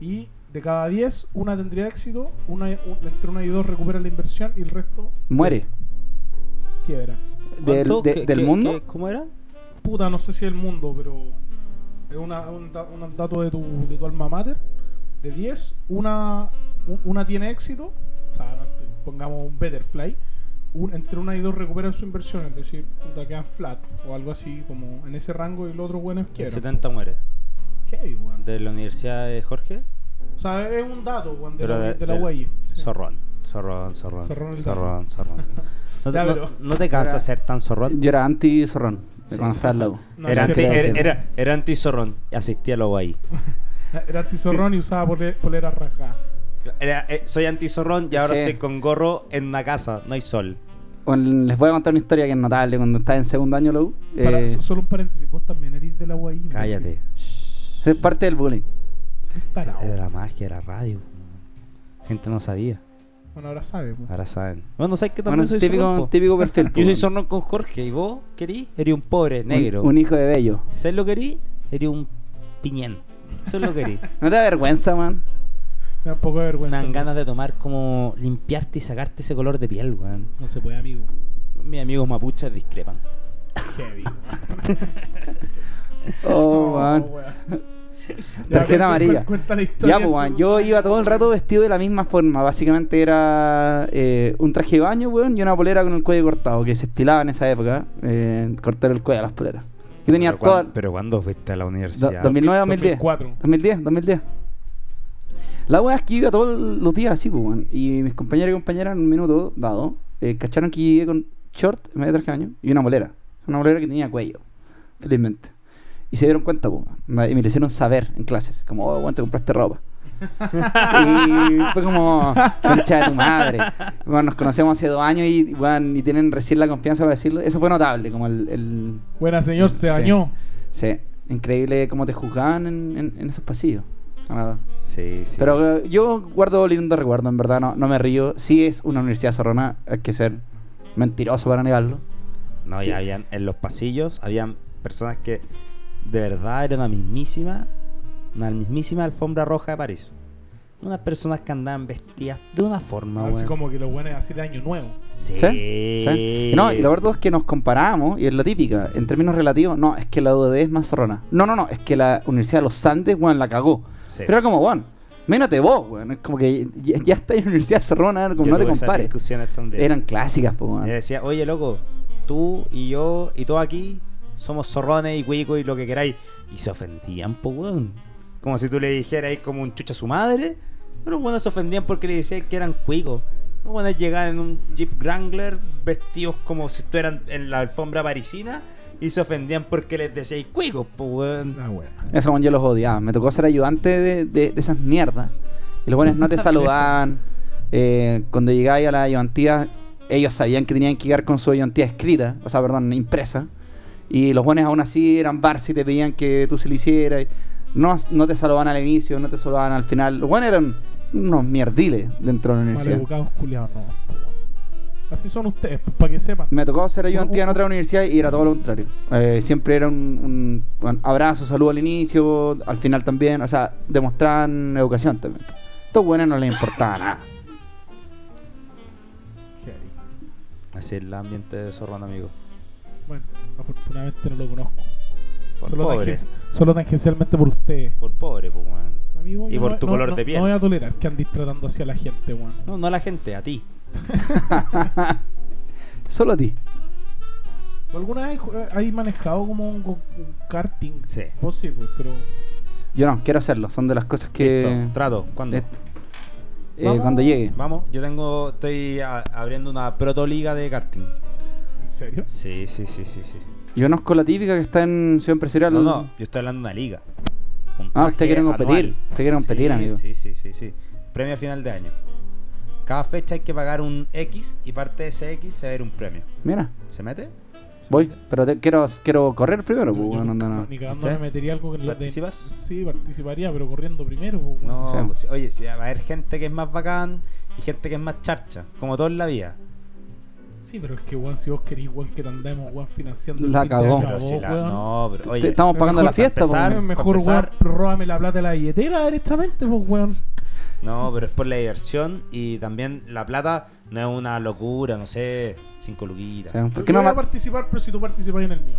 Speaker 1: Y de cada 10, una tendría éxito, una un- entre una y dos recuperan la inversión y el resto
Speaker 4: Muere.
Speaker 1: quiebra.
Speaker 4: Del,
Speaker 3: ¿Cuánto?
Speaker 4: de-
Speaker 3: ¿Qué-
Speaker 4: del
Speaker 3: qué-
Speaker 4: mundo.
Speaker 3: qué- ¿Cómo era?
Speaker 1: Puta, no sé si el mundo, pero es una, un, da- un dato de tu, de tu alma mater. De 10, una, u- una tiene éxito, o sea, no- pongamos un butterfly. un- entre una y dos recuperan su inversión, es decir, puta, quedan flat o algo así, como en ese rango y el otro bueno es
Speaker 3: El
Speaker 1: quiebra.
Speaker 3: 70 muere.
Speaker 1: Heavy, weón.
Speaker 3: De la Universidad de Jorge.
Speaker 1: O sea, es un dato, weón, de,
Speaker 3: Pero
Speaker 1: la-
Speaker 3: de-
Speaker 1: de la
Speaker 3: de-
Speaker 1: UAI. sí.
Speaker 3: Zorrón, zorrón, zorrón.
Speaker 1: Zorrón
Speaker 3: Zorrón,
Speaker 1: el
Speaker 3: zorrón, No, te-
Speaker 1: Ya,
Speaker 3: no-
Speaker 1: pero-
Speaker 3: no te cansa
Speaker 4: Era-
Speaker 3: ser tan zorrón.
Speaker 4: Yo era anti-zorrón, de
Speaker 3: Sí.
Speaker 4: cuando estaba en la U.
Speaker 1: No,
Speaker 3: era,
Speaker 1: sí,
Speaker 3: anti,
Speaker 1: creo
Speaker 3: era,
Speaker 1: que sí.
Speaker 3: era- era anti-zorrón. Asistía a lo ahí.
Speaker 1: Era antizorrón y usaba pole- polera rasgada.
Speaker 3: Era, eh, soy antizorrón y ahora
Speaker 4: Sí.
Speaker 3: estoy con gorro en una casa, no hay sol.
Speaker 4: Bueno, les voy a contar una historia que es notable cuando estás en segundo año, Lou. eh,
Speaker 1: Para- so- Solo un paréntesis, vos también eres de la UAI. imbécil.
Speaker 3: Cállate.
Speaker 4: eso es parte del bullying.
Speaker 1: Tarao.
Speaker 3: Era la magia, era radio. Gente no sabía,
Speaker 1: Bueno, ahora sabes. po.
Speaker 3: ahora saben. Bueno, sabes que también
Speaker 4: Bueno,
Speaker 3: soy zorrón,
Speaker 4: típico,
Speaker 3: po.
Speaker 4: típico perfil.
Speaker 3: Yo
Speaker 4: pues,
Speaker 3: soy
Speaker 4: bueno.
Speaker 3: zorrón con Jorge y vos, querí, eres un pobre
Speaker 4: Un-
Speaker 3: negro.
Speaker 4: Un, hijo de bello.
Speaker 3: ¿Sabes lo que querí? Eres un piñén. Eso es lo que querí.
Speaker 4: ¿No te da vergüenza, man?
Speaker 1: Me da un poco de
Speaker 3: Me
Speaker 1: vergüenza.
Speaker 3: dan
Speaker 1: po.
Speaker 3: ganas de tomar como limpiarte y sacarte ese color de piel, weón.
Speaker 1: No se puede, amigo.
Speaker 3: Mis amigos mapuches discrepan.
Speaker 1: Heavy.
Speaker 4: Oh, man.
Speaker 1: weón.
Speaker 4: Tarjeta
Speaker 1: cuenta-
Speaker 4: amarilla.
Speaker 1: Cuenta la historia.
Speaker 4: Ya, pues, weón,
Speaker 1: su-
Speaker 4: yo iba todo el rato vestido de la misma forma. Básicamente era eh, un traje de baño, weón, y una polera con el cuello cortado, que se estilaba en esa época, eh, cortar el cuello a las poleras. Yo tenía
Speaker 3: pero,
Speaker 4: toda...
Speaker 3: cuándo, pero cuándo fuiste a la
Speaker 4: do-
Speaker 3: universidad?
Speaker 4: 2009, 2010.
Speaker 1: 2004.
Speaker 4: 2010, 2010. La wea es que iba todos los días así, pues, weón. Y mis compañeros y compañeras, en un minuto dado, eh, cacharon que llegué con short en vez de traje de baño y una bolera. Una bolera que tenía cuello, felizmente. Y se dieron cuenta, pues, weón. Y me lo hicieron saber en clases. Como, oh, weón, te compraste ropa. y fue como, concha de tu madre. Bueno, nos conocemos hace dos años y, weón, y tienen recién la confianza para decirlo. Eso fue notable, como el- el
Speaker 1: Buena, señor, se
Speaker 4: Sí.
Speaker 1: bañó.
Speaker 4: Sí, increíble cómo te juzgaban en, en- en esos pasillos. Ganador.
Speaker 3: Sí, sí.
Speaker 4: Pero eh, yo guardo lindo recuerdo, en verdad, no, no me río. Sí es una universidad zorrona, hay que ser mentiroso para negarlo.
Speaker 3: No,
Speaker 4: Sí.
Speaker 3: y habían en los pasillos habían personas que de verdad eran la mismísima, una mismísima alfombra roja de París. Unas personas que andaban vestidas de una forma,
Speaker 1: Así
Speaker 3: weón.
Speaker 1: como que los buenos así de año nuevo.
Speaker 3: Sí.
Speaker 4: ¿Sí? ¿sí? Y No, y lo verdad es que nos comparamos, y es la típica, en términos relativos, no, es que la UD es más zorrona. No, no, no, es que la Universidad de los Andes, weón, la cagó.
Speaker 3: Sí.
Speaker 4: Pero era como, weón, ménate vos, weón. Es como que ya, ya está en la Universidad zorrona, como
Speaker 3: Yo
Speaker 4: no te
Speaker 3: tuve esas
Speaker 4: compares.
Speaker 3: discusiones también.
Speaker 4: Eran clásicas, pues,
Speaker 3: Y decía, oye, loco, tú y yo y todo aquí somos zorrones y cuicos y lo que queráis. Y se ofendían, po, weón. Como si tú le dijeras ahí como un chucha a su madre. Pero bueno, se ofendían porque le decían que eran cuicos. Los buenos llegaban en un Jeep Wrangler vestidos como si estuvieran en la alfombra parisina. Y se ofendían porque les decíais cuicos, po, weón.
Speaker 1: Ah, weón.
Speaker 4: Eso weón, yo los odiaba. Me tocó ser ayudante de, de- de esas mierdas. Y los buenos no te saludaban. Eh, cuando llegáis a la ayudantía, ellos sabían que tenían que llegar con su ayudantía escrita, o sea, perdón, impresa. Y los buenos aún así eran bars y te pedían que tú se lo hicieras. y No, no te saludaban al inicio, no te saludaban al final. Los buenos eran unos mierdiles dentro de
Speaker 1: Mal
Speaker 4: la universidad.
Speaker 1: educados, culiados, no. po, weón. Así son ustedes, para que sepan.
Speaker 4: Me tocó ser ayudantía en otra universidad y era todo lo contrario. Eh, siempre era un, un- un abrazo, saludo al inicio, al final también. O sea, demostraban educación también. Estos buenos no les importaba nada.
Speaker 1: Heavy.
Speaker 3: Así es el ambiente de zorrón, amigo.
Speaker 1: Bueno, afortunadamente no lo conozco.
Speaker 3: Por
Speaker 1: Solo,
Speaker 3: pobre.
Speaker 1: tangen- solo tangencialmente por ustedes.
Speaker 3: Por pobre, po, weón.
Speaker 1: Amigo,
Speaker 3: Y
Speaker 1: yo
Speaker 3: por
Speaker 1: no-
Speaker 3: tu
Speaker 1: no-
Speaker 3: color
Speaker 1: no-
Speaker 3: de piel.
Speaker 1: No voy a tolerar que andes tratando hacia la gente, weón.
Speaker 3: No, no a la gente, a ti.
Speaker 4: Solo a ti.
Speaker 1: ¿Tú ¿Alguna vez eh, has manejado como un, go- un karting?
Speaker 3: Sí.
Speaker 1: Vos sí, pues, pero.
Speaker 3: Sí, sí, sí.
Speaker 4: Yo no, quiero hacerlo. Son de las cosas que.
Speaker 3: Listo, trato. ¿Cuándo?
Speaker 4: Listo. Eh,
Speaker 1: Vamos.
Speaker 4: cuando llegue.
Speaker 3: Vamos, yo tengo, estoy a- abriendo una protoliga de karting.
Speaker 1: ¿En serio?
Speaker 3: Sí, sí, sí, sí, sí.
Speaker 4: Yo conozco la típica que está en Ciudad Empresarial.
Speaker 3: No, no, yo estoy hablando de una liga.
Speaker 4: Ah, usted quiere competir, usted quiere competir,
Speaker 3: Sí,
Speaker 4: amigo.
Speaker 3: Sí, sí, sí, sí. Premio a final de año. Cada fecha hay que pagar un X y parte de ese X se va a ir un premio.
Speaker 4: Mira,
Speaker 3: ¿Se mete? ¿Se
Speaker 4: voy.
Speaker 3: mete?
Speaker 4: Pero te- quiero, quiero correr primero.
Speaker 1: Yo-
Speaker 4: pues,
Speaker 1: yo
Speaker 4: bueno,
Speaker 1: nunca-
Speaker 4: no, no.
Speaker 1: Ni cagando me
Speaker 3: ¿Usted?
Speaker 1: metería algo que en la de-
Speaker 3: ¿Participas?
Speaker 1: Sí, participaría, pero corriendo primero. pues, weón.
Speaker 3: No,
Speaker 4: Sí.
Speaker 3: pues, sí, oye, sí, va a haber gente que es más bacán y gente que es más charcha, como todo en la vida.
Speaker 1: Sí, pero es que, weón, si vos querís, weón, que te andemos, weón, financiando. el
Speaker 4: La
Speaker 1: fin de
Speaker 4: cagó.
Speaker 1: año,
Speaker 3: Pero si la,
Speaker 1: weón.
Speaker 3: no, pero oye,
Speaker 4: Te- Estamos
Speaker 1: es
Speaker 4: pagando
Speaker 1: mejor
Speaker 4: la fiesta. pues,
Speaker 3: empezar.
Speaker 4: bueno.
Speaker 1: Mejor,
Speaker 3: Para
Speaker 1: weón,
Speaker 3: empezar-
Speaker 1: róbame la plata de la billetera directamente, pues, weón.
Speaker 3: No, pero es por la diversión y también la plata no es una locura, no sé, cinco
Speaker 4: O
Speaker 3: luquitas.
Speaker 4: sea, ¿Por
Speaker 1: Yo
Speaker 4: qué no
Speaker 1: voy a
Speaker 4: ma-
Speaker 1: participar, pero si tú participas en el mío.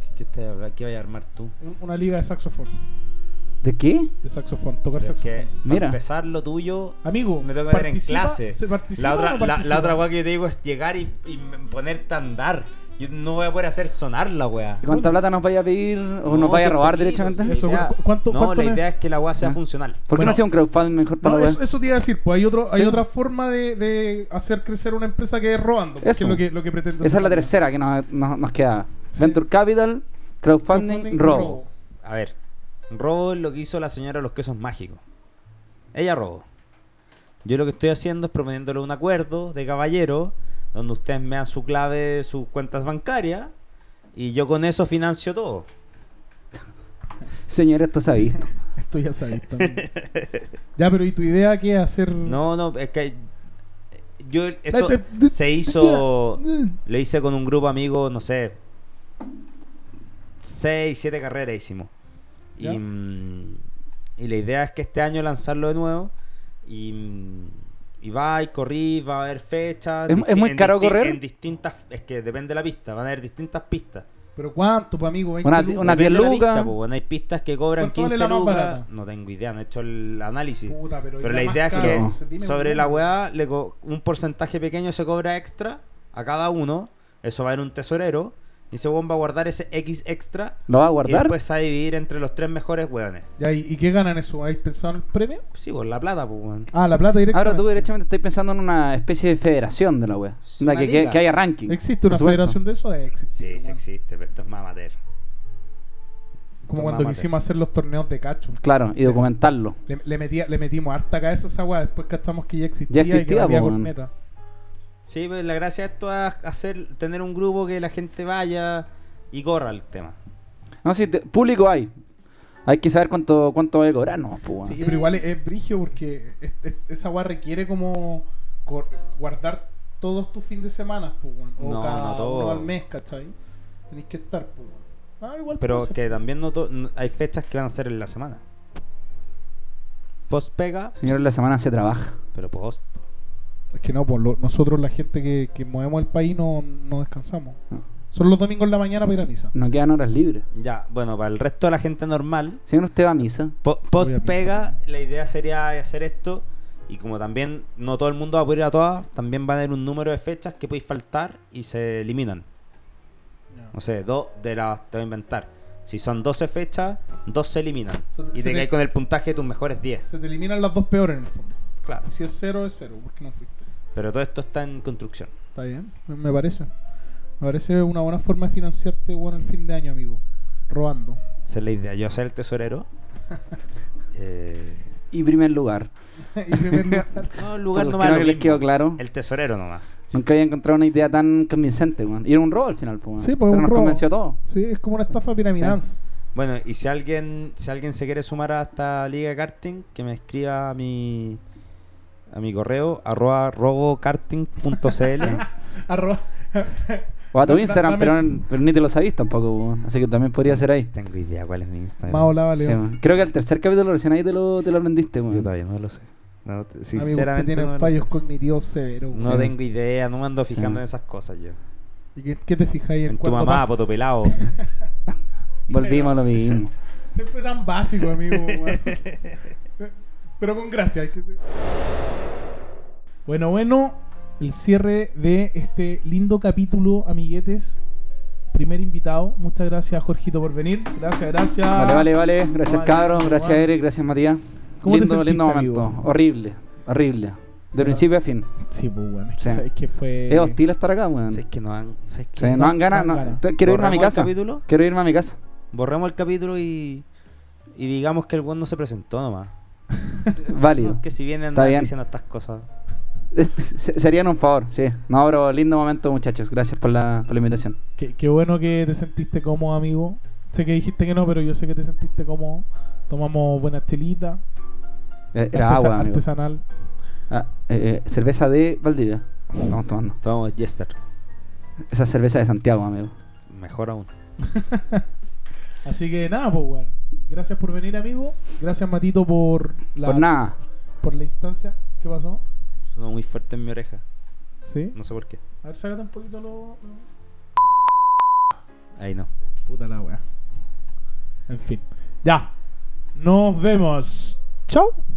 Speaker 3: ¿Qué, qué te habla? ¿Qué vaya a armar tú?
Speaker 1: Un- Una liga de saxofón.
Speaker 4: ¿De qué?
Speaker 1: De saxofón, tocar
Speaker 3: Pero es que
Speaker 1: saxofón.
Speaker 4: Mira.
Speaker 3: para empezar lo tuyo,
Speaker 1: Amigo,
Speaker 3: me tengo que ver en
Speaker 1: ¿participa-
Speaker 3: clase.
Speaker 1: se participa
Speaker 3: La
Speaker 1: o
Speaker 3: otra,
Speaker 1: no
Speaker 3: la- la,
Speaker 1: participa?
Speaker 3: otra weá que yo te digo es llegar y, y m- ponerte a andar. Yo no voy a poder hacer sonar la weá.
Speaker 4: ¿Y cuánta plata nos vaya a pedir o
Speaker 3: No,
Speaker 4: nos vaya a
Speaker 3: son
Speaker 4: robar
Speaker 3: poquitos,
Speaker 4: directamente?
Speaker 3: la
Speaker 1: Eso,
Speaker 3: idea-
Speaker 1: ¿cu- cuánto-
Speaker 3: no,
Speaker 1: cuánto
Speaker 3: la
Speaker 1: me-
Speaker 3: idea es que la weá sea
Speaker 4: Ah.
Speaker 3: funcional.
Speaker 4: ¿Por qué
Speaker 1: Bueno.
Speaker 4: no hacía un crowdfunding mejor para
Speaker 1: No,
Speaker 4: la web?
Speaker 1: eso, eso te iba a decir, pues hay, otro, hay
Speaker 4: Sí.
Speaker 1: otra forma de, de hacer crecer una empresa que es robando. Que es
Speaker 4: Eso.
Speaker 1: lo que, lo que pretende
Speaker 4: Esa es la
Speaker 1: hacer.
Speaker 4: tercera que nos, nos, nos queda.
Speaker 1: Sí.
Speaker 4: Venture Capital, crowdfunding, robo.
Speaker 3: A ver, Robo es lo que hizo la señora de los quesos mágicos. Ella robó. Yo lo que estoy haciendo es proponiéndole un acuerdo de caballero donde ustedes me dan su clave de sus cuentas bancarias y yo con eso financio todo.
Speaker 4: Señor, esto se ha visto.
Speaker 1: Esto ya sabes también. ya, pero ¿y tu idea qué? Hacer.
Speaker 3: No, no, es que yo
Speaker 1: Ay,
Speaker 3: esto
Speaker 1: te- te-
Speaker 3: se hizo
Speaker 1: Mm.
Speaker 3: lo hice con un grupo amigo, no sé, seis, siete carreras hicimos. Y,
Speaker 1: ¿Ya?
Speaker 3: mm, y la idea es que este año lanzarlo de nuevo y, mm, y va y corrí, va a haber fechas.
Speaker 4: ¿Es-
Speaker 3: disti-
Speaker 4: es muy
Speaker 3: en
Speaker 4: caro
Speaker 3: disti-
Speaker 4: correr?
Speaker 3: En distintas, es que depende de la pista, van a haber distintas pistas.
Speaker 1: ¿Pero cuánto, pa' amigo? ¿Veinte
Speaker 4: Una-
Speaker 1: lucas?
Speaker 4: una-
Speaker 3: Depende de la
Speaker 4: 10 lucas.
Speaker 3: pista, po, bueno, hay pistas que cobran
Speaker 1: ¿Cuánto vale
Speaker 3: 15
Speaker 1: la más
Speaker 3: lucas.
Speaker 1: barata?
Speaker 3: No tengo idea, no he hecho el análisis.
Speaker 1: Puta, pero,
Speaker 3: Pero
Speaker 1: ya
Speaker 3: la
Speaker 1: más
Speaker 3: idea es
Speaker 1: caro,
Speaker 3: que
Speaker 1: entonces dime
Speaker 3: sobre
Speaker 1: una.
Speaker 3: la weá, le co- un porcentaje pequeño se cobra extra a cada uno. Eso va en un tesorero. Y ese weón va a guardar ese X extra.
Speaker 4: ¿Lo va a
Speaker 3: Y
Speaker 4: guardar?
Speaker 3: después se va a dividir entre los tres mejores weones.
Speaker 1: Ya, ¿y, y qué ganan eso? ¿Habéis pensado en el premio?
Speaker 3: Sí, por la plata, pues weón.
Speaker 1: Ah, la plata directa.
Speaker 4: Ahora tú derechamente estoy pensando en una especie de federación de la wea.
Speaker 3: Sí,
Speaker 4: Onda,
Speaker 3: una
Speaker 4: que, que-
Speaker 3: liga.
Speaker 4: que haya ranking.
Speaker 1: ¿Existe una
Speaker 4: por supuesto.
Speaker 1: federación de eso? Eh, Existe.
Speaker 3: Sí, sí
Speaker 1: weón.
Speaker 3: existe, pero esto es más amateur.
Speaker 1: Como
Speaker 3: Toma,
Speaker 1: cuando
Speaker 3: mate.
Speaker 1: quisimos hacer los torneos de cacho.
Speaker 4: Claro, y documentarlo.
Speaker 1: Le, le metía, le metimos harta cabeza a esa weá. Después cachamos que ya existía, y que
Speaker 4: existía,
Speaker 1: valía
Speaker 4: po, weón.
Speaker 1: corneta.
Speaker 3: Sí, pues la gracia de esto es hacer, tener un grupo que la gente vaya y corra el tema.
Speaker 4: No sé, te- público hay. Hay que saber cuánto cuánto va a cobrar, no, pues, weón.
Speaker 1: Sí, pero igual es, es brigio porque es- es- esa weá requiere como cor- guardar todos tus fines de semana, pues, weón. O
Speaker 3: No,
Speaker 1: cada
Speaker 3: no todo.
Speaker 1: uno al mes, ¿cachai? Tenés que estar, pues, weón. Ah, igual
Speaker 3: Pero
Speaker 1: puede ser.
Speaker 3: que también no to- n- hay fechas que van a ser en la semana. Post pega,
Speaker 4: Señor, la semana se trabaja.
Speaker 3: pero post.
Speaker 1: Es que no, pues lo- nosotros la gente que, que movemos el país no, no descansamos.
Speaker 4: No.
Speaker 1: Son los domingos en la mañana para ir a misa.
Speaker 4: No quedan horas libres.
Speaker 3: Ya, bueno, para el resto de la gente normal,
Speaker 4: Señor, usted va a misa.
Speaker 3: po- post
Speaker 1: Voy a
Speaker 3: pega, la idea sería hacer esto. Y como también no todo el mundo va a poder ir a todas, también van a haber un número de fechas que podéis faltar y se eliminan. No sé, dos de las te voy a inventar. Si son 12 fechas, dos se eliminan.
Speaker 1: Se-
Speaker 3: Y
Speaker 1: se
Speaker 3: te
Speaker 1: te-
Speaker 3: caes con el puntaje de tus mejores 10.
Speaker 1: Se te eliminan las dos peores en el fondo.
Speaker 3: Claro.
Speaker 1: Y Si es cero, es cero, porque no fuiste.
Speaker 3: Pero todo esto está en construcción.
Speaker 1: Está bien, me- me parece. Me parece una buena forma de financiarte, bueno, el fin de año, amigo. Robando.
Speaker 3: Esa es la idea. Yo ser el tesorero. Eh,
Speaker 4: Y primer lugar.
Speaker 1: y primer lugar.
Speaker 3: No, el
Speaker 4: Para
Speaker 3: lugar
Speaker 4: los
Speaker 3: no
Speaker 4: que
Speaker 3: va
Speaker 4: no les quedó claro.
Speaker 3: El tesorero nomás.
Speaker 4: Nunca había encontrado una idea tan convincente, weón. Y era un robo al final, pues, weón.
Speaker 1: Sí, pues,
Speaker 4: Pero
Speaker 1: un
Speaker 4: nos
Speaker 1: robo.
Speaker 4: convenció a todos.
Speaker 1: Sí, es como una estafa piramidal.
Speaker 3: Bueno, y si alguien, si alguien se quiere sumar a esta liga de karting, que me escriba a mi a mi correo arroba robokarting.cl
Speaker 1: Arroba.
Speaker 4: O a tu
Speaker 1: Dame-
Speaker 4: Instagram,
Speaker 1: dame-
Speaker 4: pero, pero ni te lo sabís tampoco, weón. Así que también podría ser ahí.
Speaker 3: Tengo idea cuál es mi Instagram.
Speaker 1: Más hola, vale.
Speaker 4: Sí, weón. Creo que el tercer capítulo recién ahí te lo, te lo aprendiste,
Speaker 3: Yo
Speaker 4: weón.
Speaker 3: todavía no lo sé. No, te-
Speaker 1: Amigo, usted
Speaker 3: sinceramente
Speaker 1: tiene
Speaker 3: no, lo
Speaker 1: fallos
Speaker 3: sé.
Speaker 1: cognitivos severos.
Speaker 3: No
Speaker 1: güey.
Speaker 4: Sí.
Speaker 3: tengo idea, no me ando fijando
Speaker 4: Sí.
Speaker 3: en esas cosas yo.
Speaker 1: ¿Y qué, qué te fijáis
Speaker 3: En tu
Speaker 1: cuándo
Speaker 3: mamá,
Speaker 1: pasa?
Speaker 3: potopelado.
Speaker 4: Volvimos a lo mismo.
Speaker 1: Siempre tan básico, amigo. weón. Pero con gracia. hay que- Bueno, bueno, el cierre de este lindo capítulo, amiguetes. Primer invitado. Muchas gracias, Jorgito, por venir. Gracias, gracias.
Speaker 4: Vale, vale, vale. Gracias,
Speaker 1: Vale,
Speaker 4: cabros.
Speaker 1: vale.
Speaker 4: Gracias, Eric. Gracias, Matías.
Speaker 1: ¿Cómo te
Speaker 4: lindo, lindo
Speaker 1: sentiste,
Speaker 4: momento.
Speaker 1: amigo?
Speaker 4: Horrible, horrible. De
Speaker 1: Sí,
Speaker 4: principio a fin.
Speaker 1: Sí, pues bueno, es que,
Speaker 4: Sí.
Speaker 1: sabes que fue.
Speaker 4: Es hostil estar acá, weón.
Speaker 3: Si es que no han, si es que
Speaker 4: O sea, no dan ganas.
Speaker 1: no
Speaker 4: no-
Speaker 1: dan ganas.
Speaker 4: te- Quiero irme a mi
Speaker 3: ¿Borramos el
Speaker 4: casa.
Speaker 3: capítulo?
Speaker 4: Quiero irme a mi casa.
Speaker 3: Borramos el capítulo y, y digamos que el weón no se presentó nomás. No,
Speaker 4: Válido.
Speaker 3: es que si vienen
Speaker 4: Está bien.
Speaker 3: diciendo estas cosas.
Speaker 4: Se- Serían un favor, sí. No, pero lindo momento, muchachos. Gracias por la, por la invitación.
Speaker 1: Qué, qué bueno que te sentiste cómodo, amigo. Sé que dijiste que no, pero yo sé que te sentiste cómodo. Tomamos buenas chelitas.
Speaker 4: Eh, Era
Speaker 1: artesa-
Speaker 4: agua, amigo.
Speaker 1: artesanal.
Speaker 4: Ah, eh, eh, cerveza de Valdivia. Estamos tomando.
Speaker 3: Tomamos Jester.
Speaker 4: Esa cerveza de Santiago, amigo.
Speaker 3: Mejor aún.
Speaker 1: Así que nada, pues bueno. Gracias por venir, amigo. Gracias, Matito, por la,
Speaker 4: Por nada.
Speaker 1: por la instancia. ¿Qué pasó?
Speaker 3: Sonó muy fuerte en mi oreja.
Speaker 1: ¿Sí?
Speaker 3: No sé por qué.
Speaker 1: A ver, sácate un poquito los...
Speaker 3: Ahí no.
Speaker 1: Puta la wea. En fin. Ya. Nos vemos. Chao.